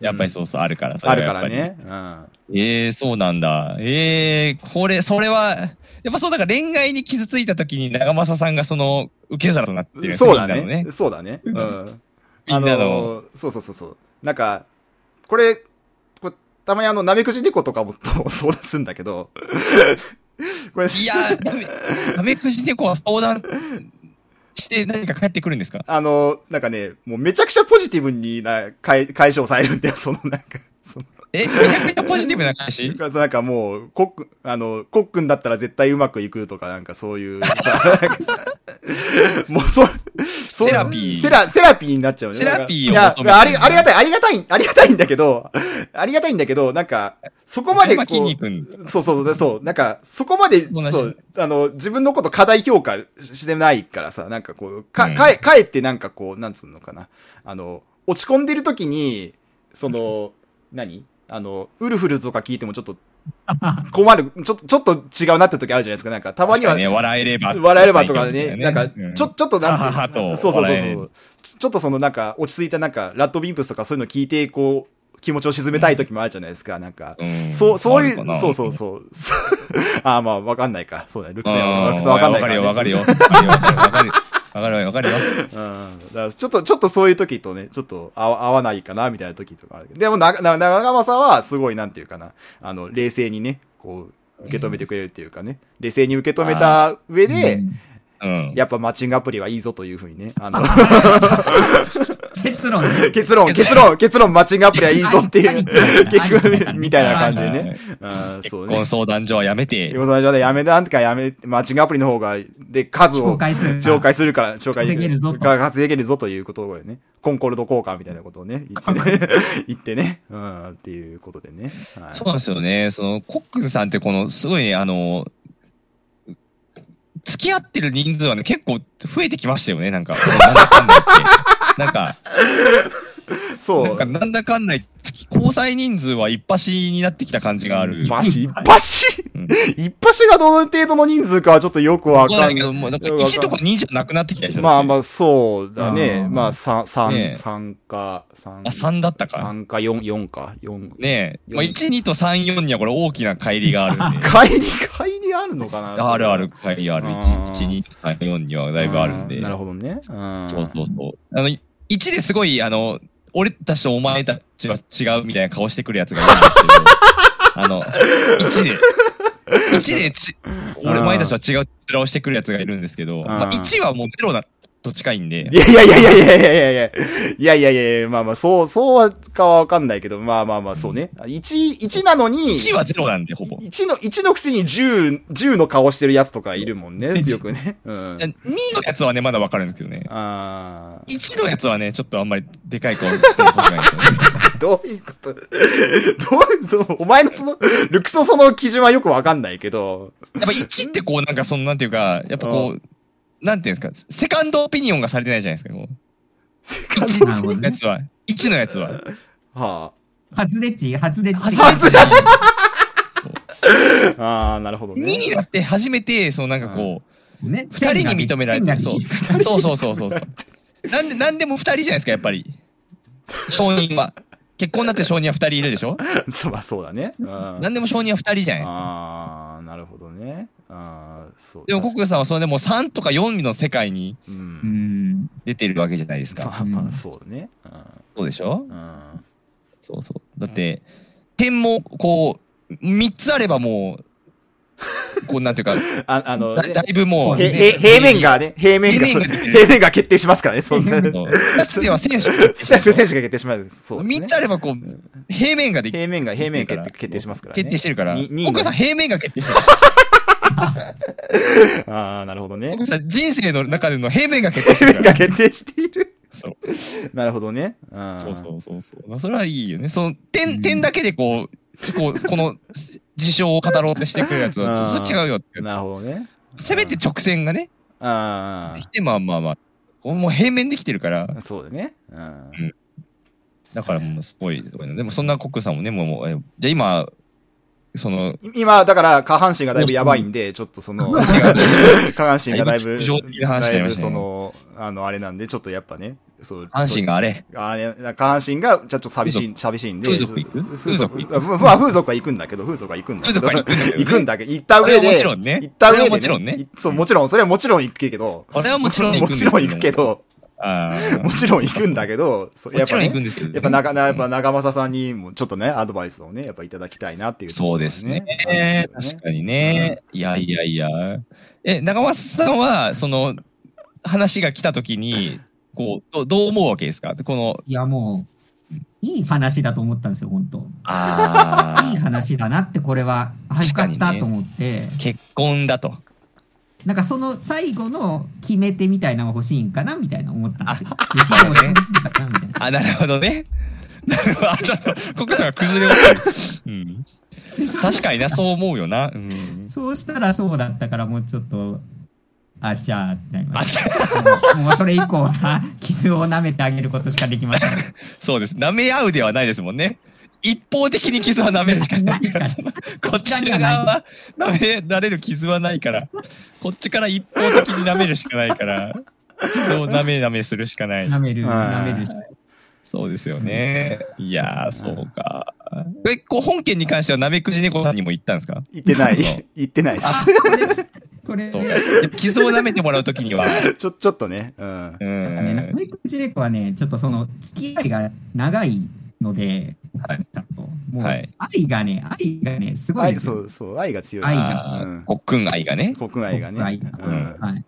Speaker 2: やっぱりそうそう、あるから
Speaker 1: あるから。ね。うん。
Speaker 2: ええー、そうなんだ。ええー、これ、それは、やっぱそう、だから恋愛に傷ついた時に長政さんがその、受け皿となってるやつ
Speaker 1: そうだ
Speaker 2: みんなの
Speaker 1: ね。そうだね。うん。
Speaker 2: みんなの
Speaker 1: あー、そうそうそうそう。なんか、これ、これたまにあの、なめくじ猫とかもと相談するんだけど、 これ、
Speaker 2: いやー、ダメ、ダメくじ猫は相談して何か帰ってくるんですか
Speaker 1: あの、なんかね、もうめちゃくちゃポジティブにな解解消されるんだよ、そのなんか。 その
Speaker 2: え、めちゃくちゃポジティブな返し
Speaker 1: なんかもう、コック、あの、コックンだったら絶対うまくいくとか、なんかそういう。さ なんかさもうそ、そ
Speaker 2: セラピー
Speaker 1: セラ、セラピーになっちゃうね。
Speaker 2: セラピーを
Speaker 1: なんかい
Speaker 2: 求めてる
Speaker 1: や、あり、ありがたい、ありがたい、ありがたいんだけど、ありがたいんだけど、なんか、そこまでこ
Speaker 2: 筋
Speaker 1: う、
Speaker 2: 肉ん。
Speaker 1: そうそうそう、そう、なんか、そこまで、
Speaker 2: 同じ
Speaker 1: そう、あの、自分のこと過大評価してないからさ、なんかこう、か、
Speaker 2: うん
Speaker 1: かえ、かえってなんかこう、なんつうのかな。あの、落ち込んでる時に、その、何あの、ウルフルズとか聞いてもちょっと、困る、ちょっと、ちょっと違うなって時あるじゃないですか、なんか、たまには、
Speaker 2: ね、笑えれば。
Speaker 1: 笑えればとかね、なんか、ちょ、
Speaker 2: と。
Speaker 1: ちょっとなんて
Speaker 2: はははと
Speaker 1: そうそうそう
Speaker 2: 笑え
Speaker 1: そう。ちょっとそのなんか、落ち着いたなんか、ラッドビンプスとかそういうの聞いて、こう、気持ちを沈めたい時もあるじゃないですか、なんか。
Speaker 2: うん
Speaker 1: そう、そういう
Speaker 2: あるか、な
Speaker 1: そうそうそう。 ああ、まあ、わかんないか。そうだね。ルックスやル
Speaker 2: うん
Speaker 1: ックスわかんないから、ね。
Speaker 2: わかるよ、わかるよ。わかるよ、わかるよ。わかるよ、わかるよ。
Speaker 1: うん。だからちょっと、ちょっとそういう時とね、ちょっと合わ合わないかな、みたいな時とかあるけど。でも、な、な、長山さんは、すごい、なんていうかな。あの、冷静にね、こう、受け止めてくれるっていうかね。冷静に受け止めた上で、
Speaker 2: うん。
Speaker 1: やっぱマッチングアプリはいいぞというふうにね。あ の、
Speaker 3: 結論ね。
Speaker 1: 結論、結 論、結論、マッチングアプリはいいぞっていう、結
Speaker 3: はい
Speaker 1: 局、みたいな感じでね。うん、
Speaker 2: 結
Speaker 1: そうね
Speaker 2: 婚。相談所はやめて。
Speaker 1: 要は、じゃあねやめなんとかやめ、マッチングアプリの方が、で、数を
Speaker 3: 紹、介する。
Speaker 1: 紹介するから、紹介
Speaker 3: 稼げるぞと
Speaker 1: が稼げるぞということをね、コンコルド効果みたいなことをね、言ってね、言ってね、うん、っていうことでね。はい、
Speaker 2: そうなんですよね。その、コックンさんってこの、すごいね、あの、付き合ってる人数はね、結構増えてきましたよね、なんか。なんだかんだ言ってなんか、
Speaker 1: そ
Speaker 2: なんか、
Speaker 1: う。
Speaker 2: なんだかんだ言って付交際人数は一発になってきた感じがある。
Speaker 1: バシ一発
Speaker 2: うん
Speaker 1: 一発がどの程度の人数かはちょっとよくわ
Speaker 2: わかん
Speaker 1: か
Speaker 2: ない
Speaker 1: ん
Speaker 2: け
Speaker 1: ない。
Speaker 2: ど、もうなんか1とか2じゃなくなってきたでしょ。
Speaker 1: まあ
Speaker 2: あ。
Speaker 1: まあ、そうだね。
Speaker 3: うん
Speaker 1: まあ、三
Speaker 2: ね
Speaker 1: 三
Speaker 2: え
Speaker 1: 三か、三
Speaker 2: あ、3だったか。
Speaker 1: 三か四四か、四
Speaker 2: ねえ。まあ、1、2と3、4にはこれ大きな乖離があ るんで。
Speaker 1: 買いに、買いにあるのかな
Speaker 2: あるある、乖離ある。
Speaker 1: あー
Speaker 2: 1、2と3、4にはだいぶあるんで。
Speaker 1: なるほどね。うん
Speaker 2: そうそうそう。あの、1ですごい、あの、俺たちとお前たちは違うみたいな顔してくるやつがいるんです けど、あの、1で、1でち、俺、お前たちは違う面をしてくるやつがいるんですけど、ま
Speaker 1: うん
Speaker 2: あ、1はもうゼロなと近いんで
Speaker 1: い、やいやいやいやいやいやいやいやいやいやいや、まあまあ、そう、そうかはわかんないけど、まあまあまあ、そうね。一一なのに、
Speaker 2: 1はゼロなんで、ほぼ。
Speaker 1: 一の、一のくせに十十の顔してるやつとかいるもんね、
Speaker 2: 一
Speaker 1: よくね。うん
Speaker 2: 2。のやつはね、まだわかるんですけどね。
Speaker 1: あ
Speaker 2: 1のやつはね、ちょっとあんまりでかい顔してほしくないですよね。
Speaker 1: あ、どういうことどういう、その、お前のその、ルックスのその基準はよくわかんないけど、
Speaker 2: やっぱ1ってこう、なんかその、なんていうか、やっぱこう、なんていうんですか、セカンドオピニオンがされてないじゃないですか、こう。
Speaker 1: セカン
Speaker 2: 1
Speaker 3: なるほど
Speaker 2: のや
Speaker 3: ね。
Speaker 2: つは、1のやつは。
Speaker 1: ドは
Speaker 3: 初でち、初でち。
Speaker 2: 初じゃん
Speaker 1: あ、ああ、なるほど
Speaker 2: 2
Speaker 1: ね。
Speaker 2: になって初めて、そのなんかこう、
Speaker 3: ね。
Speaker 2: 2人に認められてる。
Speaker 3: 線
Speaker 2: そ
Speaker 3: が
Speaker 2: う
Speaker 3: ね
Speaker 2: そうそうそうそうそう。なんで、なんでも2人じゃないですか、やっぱり。証人は。結婚になって証人は2人いるでしょ
Speaker 1: そうまあそうだね。うん
Speaker 2: なんでも証人は2人じゃないですか。
Speaker 1: ああ、なるほどね。ああ、そう。
Speaker 2: でも、コックさんはそれでもう3とか4の世界に
Speaker 1: う。
Speaker 3: うんん。
Speaker 2: 出てるわけじゃないですか。
Speaker 1: まあまあ、そうだね。う
Speaker 2: そうでしょ
Speaker 1: ん。うん。
Speaker 2: そうそう。だって、点も、こう、3つあればもう、 こう、なんていうか、
Speaker 1: ああの、
Speaker 2: だだいぶもう、
Speaker 1: へへ平面がね、平面が、
Speaker 2: 平面が
Speaker 1: そう平面が決定しますからね、そうですね。
Speaker 2: 2つでは選手
Speaker 1: 選手が決定します。そうです
Speaker 2: 3
Speaker 1: ね
Speaker 2: つ。あればこう、平面ができ
Speaker 1: 平面が、平面が決定決定しますからね。
Speaker 2: 決定してるから。
Speaker 1: にに
Speaker 2: 奥さん平面が決定してる。
Speaker 1: ああ、なるほどね。
Speaker 2: 奥さん人生の中での平面が決定して
Speaker 1: 平
Speaker 2: る
Speaker 1: 面
Speaker 2: から
Speaker 1: が。決定している。
Speaker 2: そう
Speaker 1: なるほどね。うん
Speaker 2: そうそうそうそう。まあそれはいいよね。その点、点だけでこう、こう、この事象を語ろうとしてくるやつは、ちょっとそれ違うよって。
Speaker 1: なるほどね。
Speaker 2: せめて直線がね、
Speaker 1: あ
Speaker 2: 来てまあまあまあ。こうもう平面できてるから、
Speaker 1: あ、そうだね。うん。
Speaker 2: だからもうすごいすごいな。でもそんなコックさんもね、もうもう、えじゃあ今、その、
Speaker 1: 今、だから、下半身がだいぶやばいんで、ちょっとその、下半身がだい ぶ、
Speaker 2: 非常に
Speaker 1: だ
Speaker 2: 話にないりま
Speaker 1: ぶ
Speaker 2: した
Speaker 1: そ
Speaker 2: ね
Speaker 1: の、あの、あれなんで、ちょっとやっぱね、そう。
Speaker 2: 阪神があれ、
Speaker 1: あれ、下半身がちょっと寂しい、寂しいんで。
Speaker 2: 風俗行く
Speaker 1: 風俗
Speaker 2: 風俗
Speaker 1: まあ、風俗は行くんだけど、風俗は行くんだけど。
Speaker 2: 風俗は行くんだけどね
Speaker 1: 行くんだけど、行った上
Speaker 2: あれ
Speaker 1: で。
Speaker 2: はもちろんね
Speaker 1: 行った上で、
Speaker 2: あれはもちろんね
Speaker 1: いそう、もちろん、それはもちろん行くけど。
Speaker 2: あれはもちろん行
Speaker 1: も
Speaker 2: くんです
Speaker 1: ち
Speaker 2: け
Speaker 1: ろ
Speaker 2: ど
Speaker 1: ん行くけど、
Speaker 2: あー
Speaker 1: もちろん行くんだけど、そう
Speaker 2: もちろん
Speaker 1: ね
Speaker 2: 行くんですけどね
Speaker 1: やっぱなか、やっぱ長政さんにもちょっとね、アドバイスをね、やっぱいただきたいなっていうとこ
Speaker 2: そ
Speaker 1: ろ
Speaker 2: う
Speaker 1: が、
Speaker 2: ですね。確かにね。いやいやいや。え、長松さんは、その、話が来たと きに、こう、どどう思うわけですかこの、
Speaker 3: いや、もう、いい話だと思ったんですよ、本当いい
Speaker 2: ああ、
Speaker 3: 話だなって、これは。あ、よ
Speaker 2: 確
Speaker 3: か
Speaker 2: か
Speaker 3: っ
Speaker 2: にね
Speaker 3: たと思って。
Speaker 2: 結婚だと。
Speaker 3: なんかその最後の決め手みたいなのが欲しいんかなみたいな思ったんですよ。
Speaker 2: まあね
Speaker 3: 欲しいの欲しいのかなみたい な。
Speaker 2: あ、なるほどね。なるほど。あちょっと、ここが崩れ落ちる。うん。確かにな、そう思うよな。うん。
Speaker 3: そうしたらそうだったからもうちょっと、あちゃーってなりま
Speaker 2: あ、
Speaker 3: し
Speaker 2: ちょ
Speaker 3: た。もうもうそれ以降は、傷を舐めてあげることしかできません。
Speaker 2: そうです。舐め合うではないですもんね。一方的に傷は舐めるしかないから、そのこちら側は舐められる傷はないから、こっちから一方的に舐めるしかないから、傷を舐め舐めするしかない。
Speaker 3: 舐める、
Speaker 1: うん
Speaker 3: 舐めるし。
Speaker 2: そうですよね。いやー、そうか。え、こう本件に関してはなめくじ猫さんにも言ったんですか
Speaker 1: 行ってな
Speaker 2: なるほど
Speaker 1: い。行ってないで
Speaker 3: あ
Speaker 1: す。、
Speaker 3: これ、こ
Speaker 2: そう
Speaker 3: れね、。
Speaker 2: 傷を舐めてもらうときには、
Speaker 1: ちょ、ちょっとね。うん。
Speaker 2: う
Speaker 3: なんかね、
Speaker 2: ん。
Speaker 3: ナイクジレコはね、ちょっとその、付き合いが長いので、
Speaker 2: はい
Speaker 3: ちゃんともう、
Speaker 2: はい
Speaker 3: 愛がね、愛がね、すごいん
Speaker 1: 愛、
Speaker 3: ですよ
Speaker 1: そう、そう、愛が強い。
Speaker 3: 愛
Speaker 2: あーごっくん愛がね。
Speaker 1: 国内がね。
Speaker 3: 国内
Speaker 1: うん
Speaker 3: はい、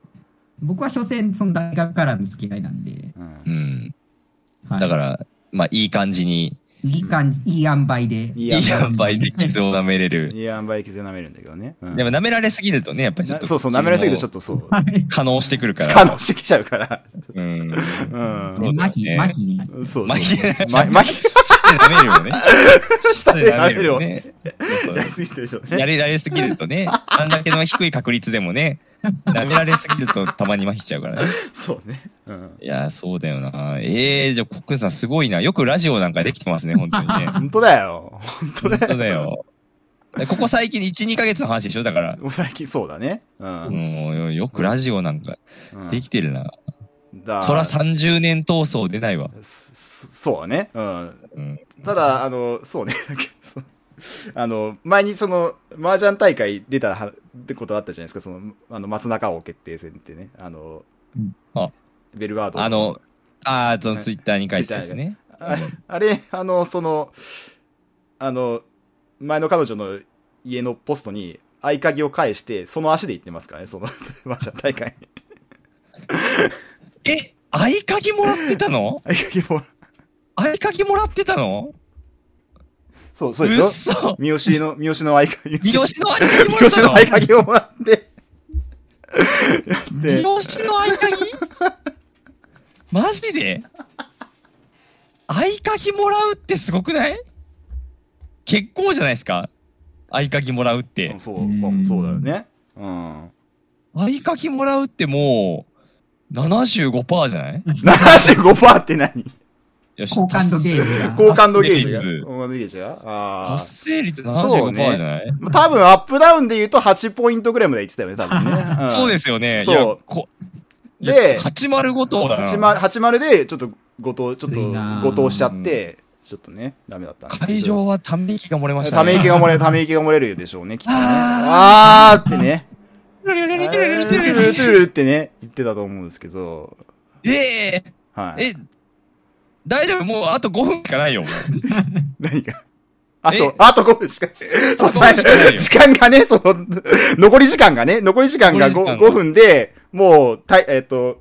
Speaker 3: 僕は所詮その大学からの付き合いなんで、
Speaker 1: うん
Speaker 2: うん。
Speaker 3: はい、
Speaker 2: だから、まあ、いい感じに、
Speaker 3: いい感じ、いい塩梅で
Speaker 1: い
Speaker 2: い
Speaker 1: い
Speaker 2: い
Speaker 1: 塩梅
Speaker 2: 塩梅で傷を舐めれる。
Speaker 1: いや、あんばい傷舐めるんだけどね。うん
Speaker 2: でも舐められすぎるとね、やっぱりちょっ
Speaker 1: な
Speaker 2: と。
Speaker 1: そうそう、舐められすぎるとちょっ
Speaker 2: と。
Speaker 1: とそう。
Speaker 2: 可能してくるから。
Speaker 1: 可能してきちゃうから。
Speaker 2: う
Speaker 1: う
Speaker 2: ん。
Speaker 1: ん。
Speaker 2: そうだよ
Speaker 3: 麻痺、
Speaker 2: ね
Speaker 3: 麻痺になる
Speaker 1: そうそう。
Speaker 2: 麻痺
Speaker 1: ま麻痺。
Speaker 2: で舐めるよね。舌で舐めるよね。そうそ
Speaker 1: や
Speaker 2: う
Speaker 1: りすぎてる人
Speaker 2: や
Speaker 1: ね。
Speaker 2: れられすぎるとね、あんだけの低い確率でもね、舐められすぎるとたまに麻痺しちゃうからね。
Speaker 1: そうね。うん。
Speaker 2: いや、そうだよな。ええじゃあ、コックンさんすごいな。よくラジオなんかできてますね、本当にね。
Speaker 1: 本当だよ。 本当
Speaker 2: 本
Speaker 1: だ
Speaker 2: 当
Speaker 1: よ。
Speaker 2: だよ。ここ最近1、2ヶ月の話でしょだから。
Speaker 1: もう最近そうだね。うん。
Speaker 2: もうよくラジオなんか
Speaker 1: うん
Speaker 2: できてるな。
Speaker 1: だ
Speaker 2: そら30年闘争出ないわ。
Speaker 1: そそうだね。うん。
Speaker 2: うん。
Speaker 1: ただ、あの、そうね。 なんかそうあの、前にその、麻雀大会出たはってことあったじゃないですか。その、あの、松中王決定戦ってね。あの
Speaker 3: うん、
Speaker 2: あ
Speaker 1: ベルワード。
Speaker 2: あの、あー、そのツイッターに書いてたやつね。
Speaker 1: あれ、あれ、あの、その、あの、前の彼女の家のポストに合鍵を返して、その足で行ってますからね、その、 マージャン大会に。
Speaker 2: え合鍵もらってたの
Speaker 1: 合鍵も、
Speaker 2: 合鍵もらってたの
Speaker 1: そう、そううですよ。
Speaker 2: そ
Speaker 1: 三好の、三好の合鍵、
Speaker 2: 三好の合鍵も
Speaker 1: 三
Speaker 2: らって
Speaker 1: 好
Speaker 2: た
Speaker 1: の
Speaker 2: の
Speaker 1: 合鍵をもらって、
Speaker 2: 三好の合 鍵マジで合鍵もらうってすごくない結構じゃないですか合鍵もらうっ
Speaker 1: う
Speaker 2: て
Speaker 1: ん。そう、
Speaker 3: うん
Speaker 1: まあそうだよね。うん。
Speaker 2: 合鍵もらうってもう、75%じゃない
Speaker 1: 75%って何
Speaker 2: よし
Speaker 3: 好感度ゲージが。
Speaker 1: 好感度ゲージが。
Speaker 2: 達成
Speaker 1: 好感度
Speaker 2: 率
Speaker 1: ゲージがああ
Speaker 2: 達。成率
Speaker 1: そうね
Speaker 2: 75%じゃない
Speaker 1: まあ多分アップダウンで言うと8ポイントぐらいまで言ってたよね、多分 ね。ん
Speaker 2: そうですよね。
Speaker 1: そう
Speaker 2: いやこいや
Speaker 1: で
Speaker 2: 805等だな。
Speaker 1: 80 80でちょっとごとちょっ
Speaker 3: ついな
Speaker 1: とご
Speaker 3: あ
Speaker 1: としちゃって、ちょっとね、ダメだったんですけど
Speaker 2: 会場はため息が漏れました
Speaker 1: た
Speaker 2: ね。
Speaker 1: め息が漏れる、ため息が漏れるでしょうね、きっとね。
Speaker 2: あ
Speaker 1: あーってね。トゥルルトゥルルトゥルルってね、言ってたと思うんですけど、
Speaker 2: ええ
Speaker 1: はい。
Speaker 2: え、大丈夫もうあと5分しかないよ。もう
Speaker 1: 何があ
Speaker 2: え
Speaker 1: と、あと5分しか、そう
Speaker 2: あと5分しかないよ
Speaker 1: 時間がね、その、残り時間がね、残り時間が
Speaker 2: 残り時間
Speaker 1: 5,
Speaker 2: が
Speaker 1: 分で、もう、たいえっ、と、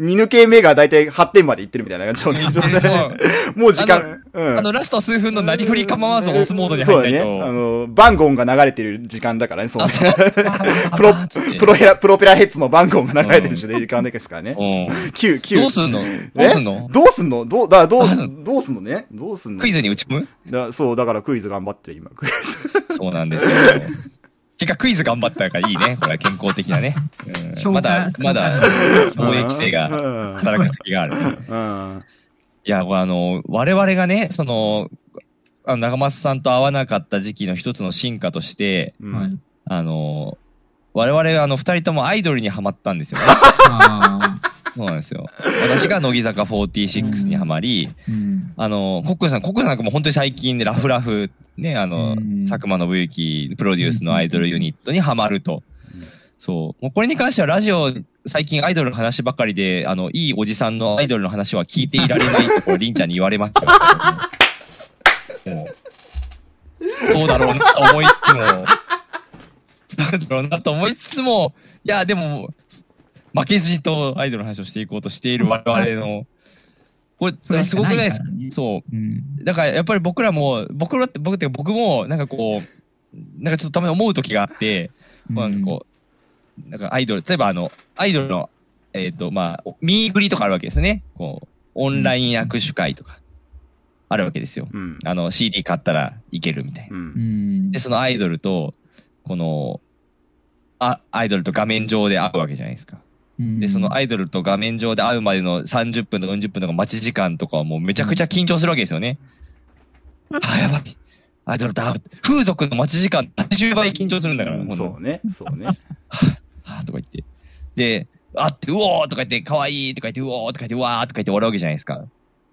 Speaker 1: 2抜け目がだいたい8点までいってるみたいな状態。
Speaker 2: も
Speaker 1: もう時間、うん
Speaker 2: うあの、ラスト数分のなりふり構わず押すモードに
Speaker 1: そ
Speaker 2: 入
Speaker 1: うんだ
Speaker 2: ない
Speaker 1: ね。
Speaker 2: と。
Speaker 1: あの、バンゴンが流れてる時間だからね、そう
Speaker 2: あ、
Speaker 1: ね
Speaker 2: そう。
Speaker 1: プロ
Speaker 2: あーつって
Speaker 1: プロヘラ、プロペラヘッズのバンゴンが流れてる時間ですからね。
Speaker 2: うん
Speaker 1: 9、9。
Speaker 2: どうすんのどうすんの
Speaker 1: えどうすんのどう、だどう、どうすんのねどうすんの
Speaker 2: クイズに打ち込む
Speaker 1: だそう、だからクイズ頑張ってる、今。クイズ。
Speaker 2: そうなんですよ。結果クイズ頑張ったからいいね。これは健康的なね。うんまだ、まだ、防衛規制
Speaker 1: う
Speaker 2: が
Speaker 1: ん
Speaker 2: 働く時がある。
Speaker 1: うん。
Speaker 2: いや、あの、我々がね、その、あの長松さんと会わなかった時期の一つの進化として、
Speaker 1: う
Speaker 3: は
Speaker 1: ん。
Speaker 3: い。
Speaker 2: あの、我々、あの、二人ともアイドルにハマったんですよね。
Speaker 3: ああ。
Speaker 2: そうなんですよ。私が乃木坂46にハマり、
Speaker 3: うん。
Speaker 2: あの、コックンさん、コックンさんなんかもう本当に最近でラフラフ、ね、あの、
Speaker 3: うん
Speaker 2: 佐久間信行プロデュースのアイドルユニットにハマると。そう。もうこれに関してはラジオ、最近アイドルの話ばかりで、あの、いいおじさんのアイドルの話は聞いていられ ないと、りんちゃんに言われましたけどね、もうそうだろうなと思いつつも、そうだろうなと思いつつも、いや、でも、負けじとアイドルの話をしていこうとしている我々の、こ
Speaker 3: そ
Speaker 2: れ、
Speaker 3: れ
Speaker 2: す
Speaker 3: し
Speaker 2: ご
Speaker 3: か
Speaker 2: く
Speaker 3: な
Speaker 2: ないで
Speaker 3: いか
Speaker 2: す
Speaker 3: らね
Speaker 2: そう。
Speaker 3: うん。
Speaker 2: だからやっぱり僕らも、僕らって、僕って僕も、なんかこう、なんかちょっとたまに思う時があって、
Speaker 3: うん
Speaker 2: なんかこう、なんかアイドル、例えばあの、アイドルの、えっ、と、まあ、おミーグリとかあるわけですね。こう、オンライン握手会とか、あるわけですよ。
Speaker 1: うん。
Speaker 2: あの、CD 買ったらいけるみたいな。
Speaker 1: うん
Speaker 3: うん
Speaker 2: で、。そのアイドルと、この、あ、アイドルと画面上で会うわけじゃないですか。で、そのアイドルと画面上で会うまでの30分とか40分とか待ち時間とかはもうめちゃくちゃ緊張するわけですよね。あー、やばい。アイドルと会う。風俗の待ち時間80倍緊張するんだから、ほんと
Speaker 1: そうね、そうね。
Speaker 2: はぁとか言って。で、あって、うおーとか言って、かわいいとか言って、うおーとか言って、うわーとか言って終わるわけじゃないですか。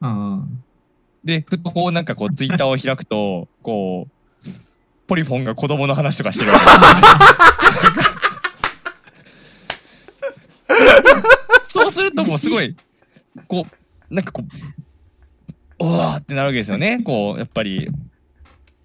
Speaker 3: あ
Speaker 2: で、ふとこうなんかこうツイッターを開くと、こう、ポリフォンが子供の話とかしてるわけですよそうするともうすごい、こう、なんかこう、うわーってなるわけですよね。こう、やっぱり、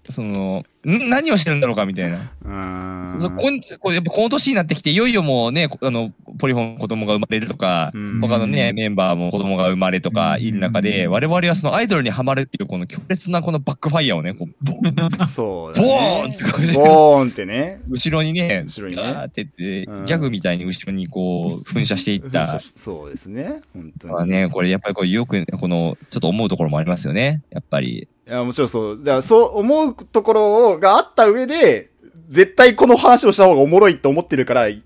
Speaker 2: その、ん何をしてるんだろうかみたいな。
Speaker 1: うーん。
Speaker 2: そうこんこうやっぱこの年になってきて、いよいよもうね、こあの、ポリフォンの子供が生まれるとか、
Speaker 1: うん
Speaker 2: 他のね、メンバーも子供が生まれとか
Speaker 3: うん
Speaker 2: いる中で、
Speaker 3: うん
Speaker 2: 我々はそのアイドルにはまるっていう、この強烈なこのバックファイヤーをね、こう、ボーン、
Speaker 1: そうだ、
Speaker 2: ボーン
Speaker 1: ね
Speaker 2: っ。て感じで
Speaker 1: ボーンってね。
Speaker 2: 後ろにね、
Speaker 1: 後ろにね
Speaker 2: ガーってって、
Speaker 1: うん
Speaker 2: ギャグみたいに後ろにこう、噴射していった。
Speaker 1: そうですね。本
Speaker 2: ま
Speaker 1: 当
Speaker 2: あ
Speaker 1: に。
Speaker 2: ね、これやっぱりこう、よく、この、ちょっと思うところもありますよね。やっぱり。
Speaker 1: いや、もちろんそう。だからそう思うところをがあった上で、絶対この話をした方がおもろいと思ってるからやっ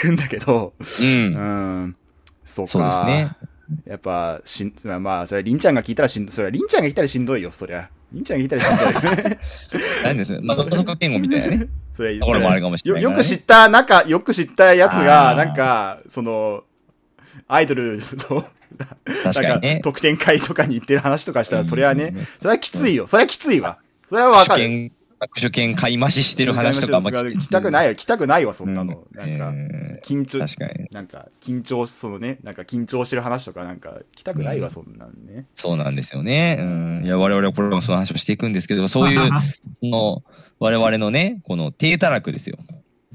Speaker 1: てるんだけど。
Speaker 2: うん。
Speaker 1: うん。そうか。
Speaker 2: そうですね。
Speaker 1: やっぱ、しん、まあまあ、それはりんちゃんが聞いたらしんどい。それはりんちゃんが聞いたらしんどいよ、そりゃ。りんちゃんが聞いたらしんどいよ ね。
Speaker 2: なんですよ。まあ、補足言語みたい なね。
Speaker 1: それ
Speaker 2: ところもあるかもしれ
Speaker 1: よ
Speaker 2: ない
Speaker 1: よ
Speaker 2: からね、
Speaker 1: く知った、なんか、よく知ったやつが、
Speaker 3: あー
Speaker 1: なんか、その、アイドルの、
Speaker 2: 確
Speaker 1: な
Speaker 2: か
Speaker 1: ん
Speaker 2: に
Speaker 1: か
Speaker 2: ね、。
Speaker 1: 特典会とかに行ってる話とかしたら、それはね
Speaker 2: うん、
Speaker 1: それはきついよ。それはきついわ。それはわ
Speaker 2: 主
Speaker 1: かる。
Speaker 2: 権、握手券買い増ししてる話とか、まあ、
Speaker 1: 聞きたく
Speaker 2: い。
Speaker 1: ないよ、聞きたくないわ、そんなの。
Speaker 2: う
Speaker 1: なんか、
Speaker 2: え
Speaker 1: 緊張
Speaker 2: ー、確かに。
Speaker 1: なんか、緊張、そのね、なんか緊張してる話とか、なんか、聞きたくないわ、そんなんね。
Speaker 2: そうなんですよね。うん。いや、我々はこれもその話をしていくんですけど、そう いう、
Speaker 3: う
Speaker 2: その、我々のね、この低たらくですよ。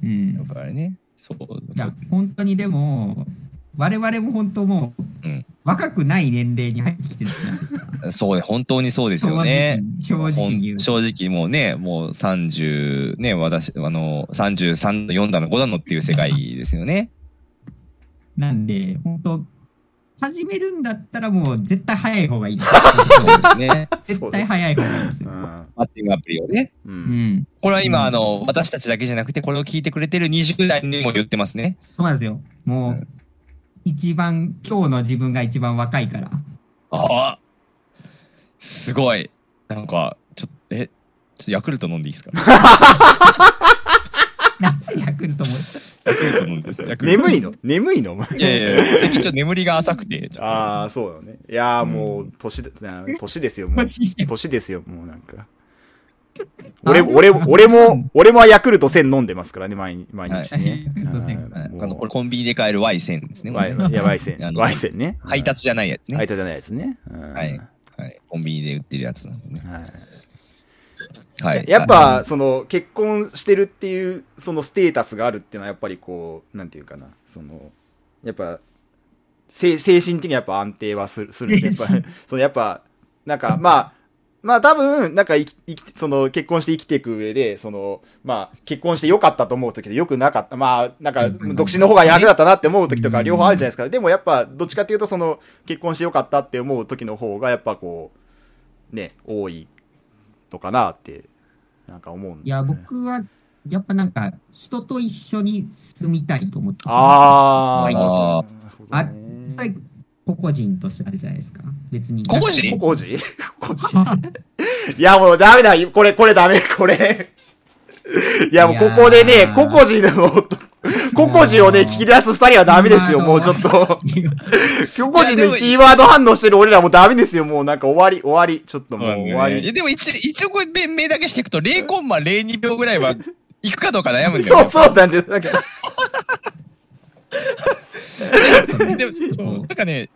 Speaker 3: ん
Speaker 2: やっぱりね。そう。
Speaker 3: いや、本当にでも、我々も本当もう、
Speaker 2: うん
Speaker 3: 若くない年齢に入ってきてるじゃん
Speaker 2: そうで、本当にそうですよね。
Speaker 3: 正
Speaker 2: ほ
Speaker 3: 直正直
Speaker 2: ん
Speaker 3: 言う。
Speaker 2: 正直もうね、もう30、ね、私、あの、33度、4だの、5だのっていう世界ですよ ね。
Speaker 3: なんで、本当始めるんだったらもう絶対早い方がいいです。
Speaker 2: そうですね。
Speaker 3: 絶対早い方がいいです
Speaker 1: う
Speaker 3: よ。
Speaker 1: ん。
Speaker 2: マッチングアプリをね。
Speaker 1: う。
Speaker 3: うんん。
Speaker 2: これは今、
Speaker 3: うん
Speaker 2: あの、私たちだけじゃなくて、これを聞いてくれてる20代にも言ってますね。
Speaker 3: そうなんですよ。もう、一番、今日の自分が一番若いから。
Speaker 2: ああすごい。なんか、ちょっと、え、ちょっとヤクルト飲んでいいですか
Speaker 3: なんでヤクルトも。
Speaker 2: ヤクルト 飲んでいいですかヤクルト
Speaker 1: 眠いの眠いの
Speaker 2: いやいやいや、最近ちょっと眠りが浅くて、ちょっと
Speaker 1: ああ、そうだね。いやー、
Speaker 2: うん
Speaker 1: もう、年で、な年ですよ、もう。
Speaker 3: 年して
Speaker 1: 年ですよ、もうなんか。俺、
Speaker 3: あ
Speaker 1: 俺、
Speaker 3: なんか
Speaker 1: 俺も、俺もヤクルト1000飲んでますからね、毎日毎日ね。
Speaker 3: ヤクルト
Speaker 1: あ
Speaker 3: 1000
Speaker 2: はい
Speaker 1: ーも
Speaker 2: あ
Speaker 1: う
Speaker 2: の、これコンビニで買える Y1000 ですね。
Speaker 1: ワイいや、ワイセン
Speaker 2: あ。の
Speaker 1: ワイセンね。
Speaker 2: 配達じゃないやつ
Speaker 1: うん。
Speaker 2: ね。は
Speaker 1: 配
Speaker 2: い。
Speaker 1: 達じゃないですね。うん
Speaker 2: はいコンビニで売ってるやつなんですね。
Speaker 1: はい
Speaker 2: はい。
Speaker 1: やっぱ、その、結婚してるっていう、そのステータスがあるっていうのは、やっぱりこう、なんていうかな、その、やっぱ、精精神的にやっぱ安定はする、するね。やっぱ
Speaker 3: 精神、
Speaker 1: そのやっぱ、なんか、まあ、まあ多分、なんか生き、生きて、その、結婚して生きていく上で、その、まあ、結婚して良かったと思う時と良くなかった。まあ、なんか、
Speaker 3: うん
Speaker 1: 独身の方が楽だったなって思う時とか、
Speaker 3: うん
Speaker 1: 両方あるじゃないですか。でもやっぱ、どっちかっていうと、その、結婚して良かったって思う時の方が、やっぱこう、ね、多いのかなって、なんか思うん
Speaker 3: い
Speaker 1: で。
Speaker 3: や、僕は、やっぱなんか、人と一緒に住みたいと思ってます
Speaker 1: あー。
Speaker 2: あ
Speaker 1: なる
Speaker 3: あ
Speaker 1: ほどね
Speaker 3: それ個々人としてあるじゃないですか。別に。
Speaker 2: 個々人
Speaker 1: ココジココジいや、もうダメだ。これ、これダメ、これ。いや、もうここで
Speaker 3: いや
Speaker 1: ね、
Speaker 3: ー
Speaker 1: ココジの、ココジをね、聞き出す二人はダメですよ、
Speaker 3: まあ
Speaker 1: もうちょっと。ココジ
Speaker 2: いやで
Speaker 1: の
Speaker 2: も
Speaker 1: キーワード反応してる俺らもうダメですよ、もうなんか終わり、終わり。ちょっともう終わ
Speaker 2: い
Speaker 1: り。
Speaker 2: やでも一応、一応これ、目目だけしていくと、0コンマ02秒ぐらいは、行くかどうか悩むんだよね
Speaker 1: そう、そうなんです。なんか、
Speaker 2: でもそうなんかね、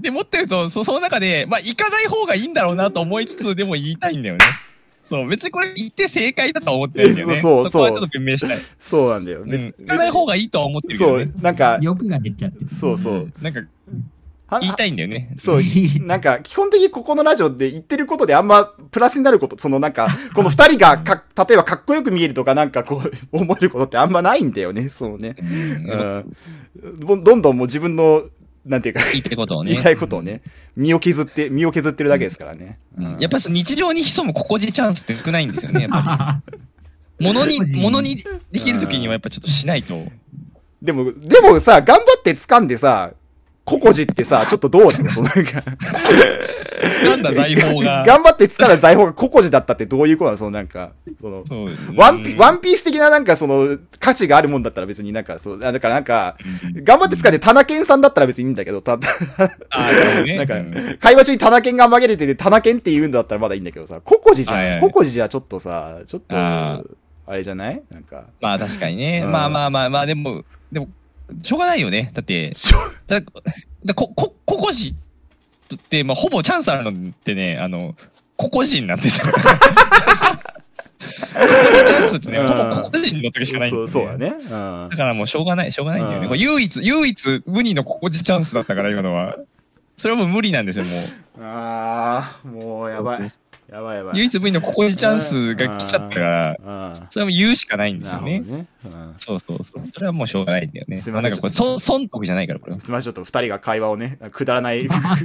Speaker 2: で、もっと言うと、そその中で、まあ、行かない方がいいんだろうなと思いつつ、でも言いたいんだよね。そう、別にこれ行って正解だとは思ってるんだよね。
Speaker 1: そうそう
Speaker 2: こはちょっと弁明したい。
Speaker 1: そうなんだよ。
Speaker 2: うん
Speaker 1: 別
Speaker 2: 行かない方がいいとは思ってるけど
Speaker 1: そう
Speaker 2: ね。、
Speaker 1: なんか、
Speaker 3: 欲が出ちゃってる。
Speaker 1: そうそう。
Speaker 2: なんか、
Speaker 1: は
Speaker 2: 言いたいんだよね。
Speaker 1: そう、なんか、基本的にここのラジオで言ってることであんまプラスになること、そのなんか、この二人がか、例えばかっこよく見えるとかなんかこう、思えることってあんまないんだよね、そうね。
Speaker 2: うん
Speaker 1: うん。どどんどんもう自分の、なんていうか、
Speaker 2: 言いたいことをね。
Speaker 1: 言いたいことをね、身を削って、身を削ってるだけですからね。
Speaker 2: うん。
Speaker 1: うん
Speaker 2: やっぱその日常に潜むここじチャンスって少ないんですよね、やっぱり。ものに
Speaker 3: 個、人
Speaker 2: ものにできるときにはやっぱちょっとしないと。
Speaker 1: でも、でもさ、頑張って掴んでさ、ココジってさ、ちょっとどうなのそのなんか、
Speaker 2: なんだ、財宝が。
Speaker 1: 頑張って掴んだ財宝がココジだったってどういうことなのそのなんか、その、
Speaker 2: そう
Speaker 1: ワンピ、
Speaker 2: うん
Speaker 1: ワンピース的ななんかその価値があるもんだったら別になんかそう、あだからなんか、頑張って使ってタナケンさんだったら別にいいんだけど、た、
Speaker 2: あーなるほどね
Speaker 1: なんか
Speaker 2: うん、
Speaker 1: 会話中にタナケンが紛れててタナケンって言うんだったらまだいいんだけどさ、ココジじ
Speaker 2: はい
Speaker 1: ゃ
Speaker 2: は
Speaker 1: ん。
Speaker 2: い
Speaker 1: ココジじゃちょっとさ、ちょっと、あ
Speaker 2: あ
Speaker 1: れじゃないなんか、
Speaker 2: まあ確かにね。
Speaker 1: うん
Speaker 2: まあまあまあまあ、でも、でも、しょうがないよね。だって、
Speaker 1: しょ
Speaker 2: だだこ、こ、個々人って、まあほぼチャンスあるのってね、あの、個々人なんですよ。個々人チャンスってね、ほぼ個々人の時しかないんだ
Speaker 1: そ
Speaker 2: よ
Speaker 1: う
Speaker 2: ね。
Speaker 1: そうだね。うん
Speaker 2: だ。からもうしょうがない、しょうがないんだよ
Speaker 1: う
Speaker 2: ね。
Speaker 1: ん
Speaker 2: これ唯一、唯一無二のここじチャンスだったから、今のは。それはもう無理なんですよ、もう。
Speaker 1: ああ、もうやばい。やばいやばい。
Speaker 2: 唯一無二のここじチャンスが来ちゃったから、
Speaker 1: うん。な
Speaker 2: それはもう言うしかないん
Speaker 1: る
Speaker 2: ですよ
Speaker 1: ほど
Speaker 2: ね。
Speaker 1: ね。うん
Speaker 2: そうそうそう。それはもうしょうがないんだよね。
Speaker 1: すい
Speaker 2: ま
Speaker 1: ませ
Speaker 2: あなんんかこれ、そ損得じゃないから、これは。
Speaker 1: すみません、ちょっと二人が会話をね、くだらない、個々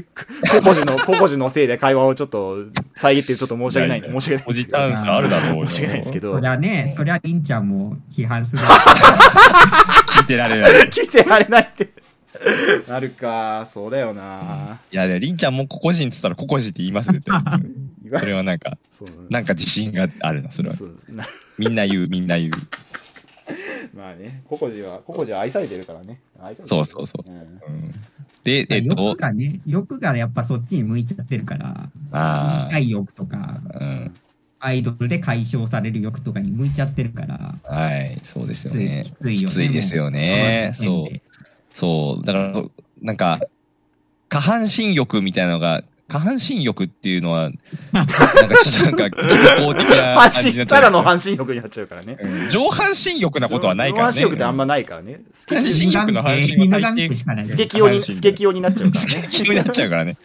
Speaker 1: 人の、個々人のせいで会話をちょっと遮ってちょっと申し訳ない、申し訳ない
Speaker 2: こ
Speaker 1: んで
Speaker 2: じ
Speaker 1: すけ
Speaker 2: チャ
Speaker 1: ど。
Speaker 2: ンスあるだろう。
Speaker 1: 申し訳ないですけど
Speaker 3: そ、りゃね、そりゃりんちゃんも批判するわ。
Speaker 2: 聞いてられない。い
Speaker 1: 聞いてられないって。なるか、そうだよな。
Speaker 2: や、でりんちゃんも個々人っつったら個々人って言いますよ。絶対
Speaker 1: い
Speaker 2: それはなんか、
Speaker 1: そう
Speaker 2: なんか自信があるな、それは。
Speaker 1: そうですな
Speaker 2: みんな言う、みんな言う。
Speaker 1: まあね、個々人は、個々人は愛されてるからね。愛されてる
Speaker 2: そうそうそう。
Speaker 1: うん
Speaker 2: うんで、えっ
Speaker 3: 欲
Speaker 2: と、
Speaker 3: がね、欲がやっぱそっちに向いちゃってるから、
Speaker 2: あ
Speaker 3: 理解欲とか、
Speaker 2: あ、うん。
Speaker 3: アイドルで解消される欲とかに向いちゃってるから、
Speaker 2: はい、そうです
Speaker 3: き
Speaker 2: よ
Speaker 3: つい、
Speaker 2: ね
Speaker 3: き。ついよね。
Speaker 2: きついですよね。
Speaker 3: も
Speaker 2: そう。そう。だから、なんか、下半身欲みたいなのが、下半身欲っていうのは、なんかちょっとな んか、健康的な感
Speaker 1: 半
Speaker 2: じ
Speaker 1: 身、
Speaker 2: になっちゃ
Speaker 1: た
Speaker 2: う
Speaker 1: だの半身欲になっちゃうからね。
Speaker 2: うん上半身欲なことはないからね。
Speaker 1: 半身欲ってあんまないからね。 スケ
Speaker 2: 下半
Speaker 1: キ
Speaker 2: 身欲の半身は大抵、
Speaker 3: しかない
Speaker 1: スケキヨに、
Speaker 2: 下半身
Speaker 1: スケキヨになっちゃうからね。
Speaker 2: 気になっちゃうからね。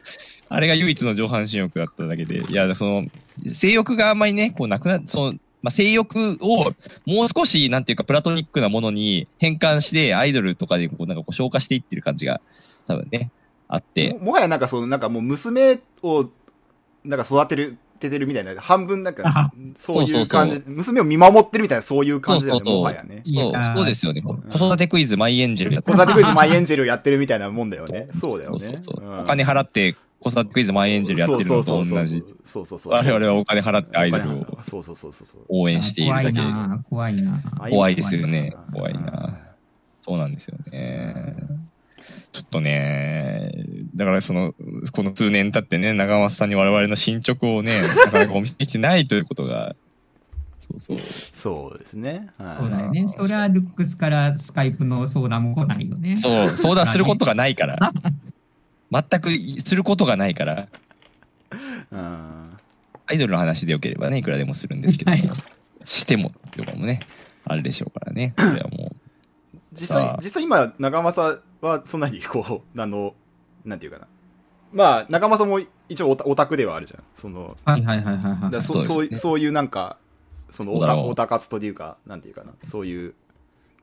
Speaker 2: あれが唯一の上半身欲だっただけで、いや、その、性欲があんまりね、こうなくな、その、まあ、性欲をもう少し、なんていうか、プラトニックなものに変換して、アイドルとかで、こう、なんかこう、消化していってる感じが、多分ね、あって
Speaker 1: も。もはやなんかその、なんかもう娘を、なんか育てる、ててるみたいな、半分なんか、そう
Speaker 2: そうそ
Speaker 1: いうう
Speaker 2: そう
Speaker 1: 感じ、娘を見守ってるみたいな、そういう感じだよね、
Speaker 2: そうそうそう
Speaker 1: もはやね。
Speaker 2: そ、
Speaker 3: いうやー
Speaker 2: そうですよね。こう子育てクイズ、マイエンジェルやって
Speaker 1: 子育てクイズマイエンジェルやってるみたいなもんだよね。そうだよ
Speaker 2: そ
Speaker 1: ね。
Speaker 2: うそうそう。
Speaker 1: ん
Speaker 2: お金払って、子育てクイズ、マイエンジェルやってるのと同じ。。
Speaker 1: そうそうそうそう。
Speaker 2: 我々はお金払ってアイドルを
Speaker 1: そうそうそうそうそう。
Speaker 2: 応援しているだけで
Speaker 3: 怖いな、怖いな。
Speaker 2: 怖いですよね。怖いな。そうなんですよね。ちょっとね、だからその、この数年経ってね、長松さんに我々の進捗をね、なかなかお見せできてないということが、そうそう。
Speaker 1: そうですね。はい
Speaker 3: そうだよね。そりゃ、ルックスからスカイプの相談も来ないよね。
Speaker 2: そう、相談することがない から。全くすることがないから、
Speaker 1: うん
Speaker 2: アイドルの話でよければね、いくらでもするんですけど、
Speaker 3: はい
Speaker 2: してもとかもね、あれでしょうから ね。それはもう。
Speaker 1: 実際
Speaker 2: さあ、
Speaker 1: 実際今、長政はそんなにこう、あの、なんていうかな。まあ、長政も一応オタオタクではあるじゃん。その、
Speaker 3: はいはいはいはい
Speaker 1: だ
Speaker 3: は
Speaker 1: から
Speaker 3: い。
Speaker 1: そう
Speaker 2: そ
Speaker 1: そうう
Speaker 2: ですね
Speaker 1: そういうなんか、そのオ
Speaker 2: そうだ
Speaker 1: タ
Speaker 2: ろう
Speaker 1: オタ活というか、なんていうかな、そういう、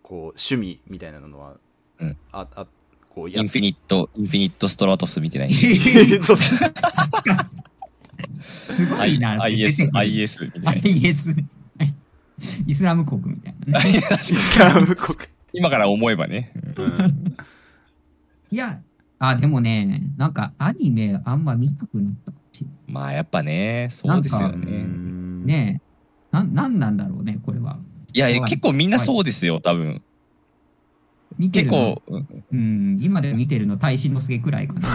Speaker 1: こう、趣味みたいなのは、
Speaker 2: うん
Speaker 1: あ、あ、こう、
Speaker 2: イ
Speaker 1: や
Speaker 2: ンフィニット、インフィニットストラトス見てな い。
Speaker 1: そうそう
Speaker 3: すごいな。
Speaker 2: IS、
Speaker 3: IS。
Speaker 2: IS みたいな。
Speaker 3: IS。イスラム国みたい な。
Speaker 1: イスラム国。
Speaker 2: 今から思えばね。
Speaker 1: うん
Speaker 3: いや、あ、でもね、なんかアニメあんま見なくなったかもしれ
Speaker 2: まあやっぱね、そうですよ
Speaker 3: う
Speaker 2: ね。
Speaker 3: ない。ねえ。なん、なんなんだろうね、これは。
Speaker 2: いや、
Speaker 3: はい
Speaker 2: 結構みんなそうですよ、多分。
Speaker 3: 見て
Speaker 2: 結
Speaker 3: るの
Speaker 2: 構、うん
Speaker 3: うん、今でも見てるの耐震のすげくらいかな。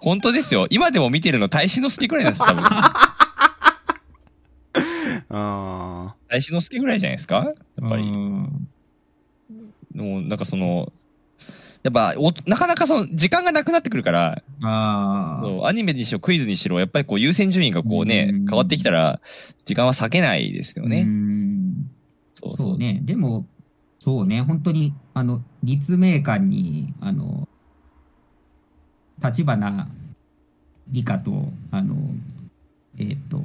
Speaker 2: 本当ですよ。今でも見てるの大志の助ぐらいなんですよ、多分。
Speaker 1: あ
Speaker 2: 大志の助ぐらいじゃないですかやっぱ
Speaker 3: う
Speaker 2: り。
Speaker 3: ん
Speaker 2: もうなんかその、やっぱお、なかなかその、時間がなくなってくるから、
Speaker 3: ああ。
Speaker 2: そうアニメにしろクイズにしろ、やっぱりこう優先順位がこうね、
Speaker 3: うん
Speaker 2: 変わってきたら、時間は割けないですよ
Speaker 3: う
Speaker 2: ね。
Speaker 3: ん
Speaker 2: そう
Speaker 3: そ
Speaker 2: そうう。
Speaker 3: ね。でも、そうね、本当に、あの、立命館に、あの、立花理香と、あの、えっ、と、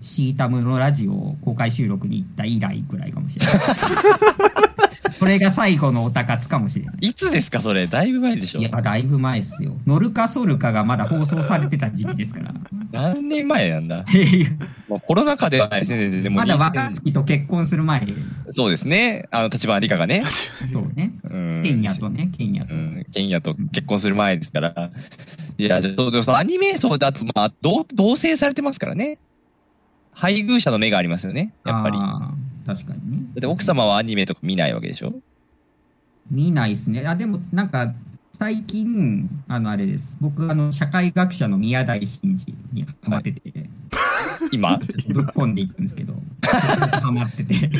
Speaker 3: シータムのラジオを公開収録に行った以来くらいかもしれ ない。それが最後のおたかつかもしれない。
Speaker 2: いつですかそれ。だいぶ前でしょ
Speaker 3: いや、だいぶ前っすよ。ノルカソルカがまだ放送されてた時期ですから。
Speaker 2: 何年前なんだまあコロナ禍ではないですね、全然。でも
Speaker 3: まだ
Speaker 2: 2000
Speaker 3: 若月と結婚する 前
Speaker 2: そうですね。あの、立花理香がね。
Speaker 3: そうね。
Speaker 2: うん
Speaker 3: ケンヤとね、ケンヤと
Speaker 2: う。ん、ケンヤと結婚する前ですから。いや、そうでもそのアニメーションだと、まあ、同同棲されてますからね。配偶者の目がありますよね、やっぱり。だ
Speaker 3: あー確かにね。
Speaker 2: って奥様はアニメとか見ないわけでしょ
Speaker 3: 見ないですね。あ、でもなんか、最近、あの、あれです。僕、あの、社会学者の宮台真司にハマってて、
Speaker 2: 今
Speaker 3: ぶっ込んでいくんです けど、ハマってて。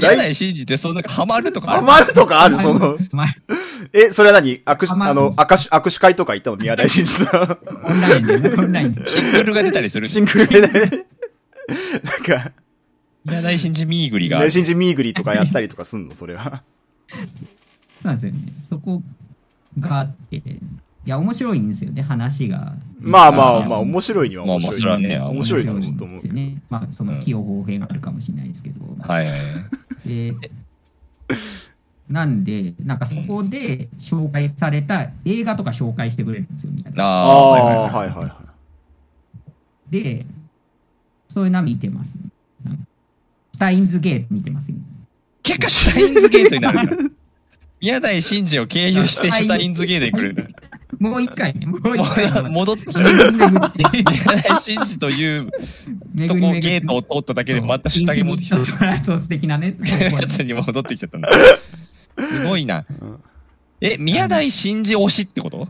Speaker 2: 嫌ない信じて、そんなハマると
Speaker 1: ー
Speaker 2: かある
Speaker 1: 余るとかあるその、
Speaker 3: 前
Speaker 1: え、それは何握手、
Speaker 3: 余る
Speaker 1: あの、握手、握手会とか行ったの宮台真司さん。
Speaker 3: オンラインで、オンラインで。
Speaker 2: シングルが出たりする。
Speaker 1: シングルで、なんか、
Speaker 2: いや、大新人ミーグリが。
Speaker 1: 内心人ミーグリとかやったりとかすんの、それは。
Speaker 3: そうなんですよね。そこがあって、いや、面白いんですよね、話が。
Speaker 1: まあまあまあ、面白いには面白い。
Speaker 2: まあまあそれはね
Speaker 1: 面白いと
Speaker 3: ん
Speaker 1: 思
Speaker 3: で
Speaker 1: うと思う
Speaker 3: す。よね。まあ、その起用方変あるかもしれないですけど。
Speaker 2: はいはい。
Speaker 3: で、なんで、なんかそこで紹介された映画とか紹介してくれるんですよ、みたいな。
Speaker 1: あ
Speaker 2: ああー、は
Speaker 1: あ
Speaker 2: いはい
Speaker 1: ー、はいは
Speaker 2: はい。
Speaker 1: いはい。
Speaker 3: で、そういうのは見てます、ね。なんかスタインズゲート見てます、今
Speaker 2: 結果、シュタインズゲートになるんだ。 宮台真司を経由してシュタインズゲートに来るんだ。
Speaker 3: もう一回ね、もう一回。
Speaker 2: 戻ってきた。
Speaker 3: 巡り巡って
Speaker 2: 宮台真司というとこ
Speaker 3: 巡り巡って
Speaker 2: ゲートを通っただけでまた下着持ってきた
Speaker 3: インフィニットトラストス的なね。
Speaker 2: やつに戻ってきちゃったんだ。すごいな。え、宮台真司推しってこと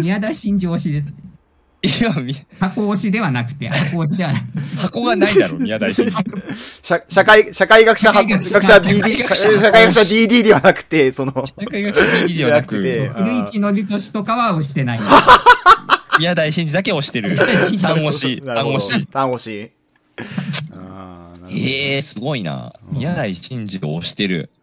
Speaker 3: 宮田新司推しです。
Speaker 2: 今、み
Speaker 3: 箱推しではなくて、箱推しではなくて。
Speaker 2: 箱がないだろ、宮台真 司。
Speaker 1: 社社会、社会学者、学者
Speaker 3: 社会学者
Speaker 1: DD、社社会学者 DD ではなくて、その、
Speaker 2: 社会学者 DD ではな
Speaker 1: で
Speaker 2: く、
Speaker 1: あー
Speaker 3: 古市のりとしとかは推してない。
Speaker 2: 宮台真司だけ推してる。単推し、
Speaker 1: なる
Speaker 2: 単
Speaker 1: ほど
Speaker 2: 推し。
Speaker 1: 単押し。あーなるほど
Speaker 2: ええー、すごいな。宮台真司を推して
Speaker 1: う
Speaker 2: る。
Speaker 1: ん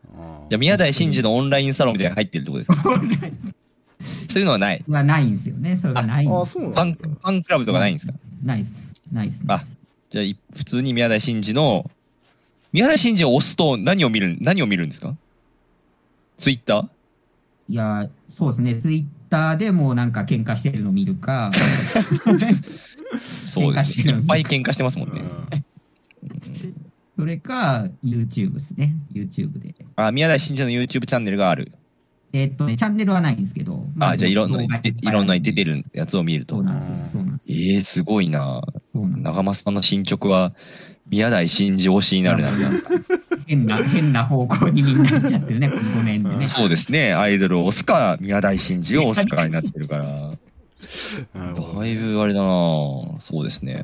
Speaker 2: じゃあ、宮台真司のオンラインサロンみたいに入ってるってことですか そういうのはない。
Speaker 3: はないんですよね。それがないん
Speaker 1: あ
Speaker 3: で
Speaker 1: ー、
Speaker 3: す。
Speaker 1: そう
Speaker 2: フ
Speaker 1: な
Speaker 2: ァ
Speaker 1: ん
Speaker 2: ン、
Speaker 1: だ
Speaker 2: フ。ァンクラブとかないんですか
Speaker 3: ないっす。ないっす。
Speaker 2: あ、じゃあ、い普通に宮台真司の、宮台真司を押すと何を見る、何を見るんですかツイッター
Speaker 3: いや、そうですね。ツイッターでもうなんか喧嘩してるの見るか、
Speaker 2: そうですね。
Speaker 3: 喧嘩してる
Speaker 2: いっぱい喧嘩してますもんね。
Speaker 3: それか YouTube ですね。YouTube で。
Speaker 2: あ、宮台真司の YouTube チャンネルがある。
Speaker 3: えーっとね、チャンネルはないんですけど。ま
Speaker 2: あ、じゃあいろんな、
Speaker 3: 動画
Speaker 2: い
Speaker 3: っぱ
Speaker 2: ろんな
Speaker 3: あ
Speaker 2: 出てるやつを見る
Speaker 3: そ
Speaker 2: と
Speaker 3: う。なんですよ。そうなんです
Speaker 2: え
Speaker 3: よ。
Speaker 2: えー、すごいな
Speaker 3: そうなんです
Speaker 2: 長松さんの進捗は、宮台真司推しになるな。
Speaker 3: 変な、変な方向にみんな行っちゃってるね、この5年でね。
Speaker 2: そうですね。アイドルを押すか、宮台真司を 押すかになってるから。
Speaker 1: なるほど
Speaker 2: だいぶあれだなそうですね。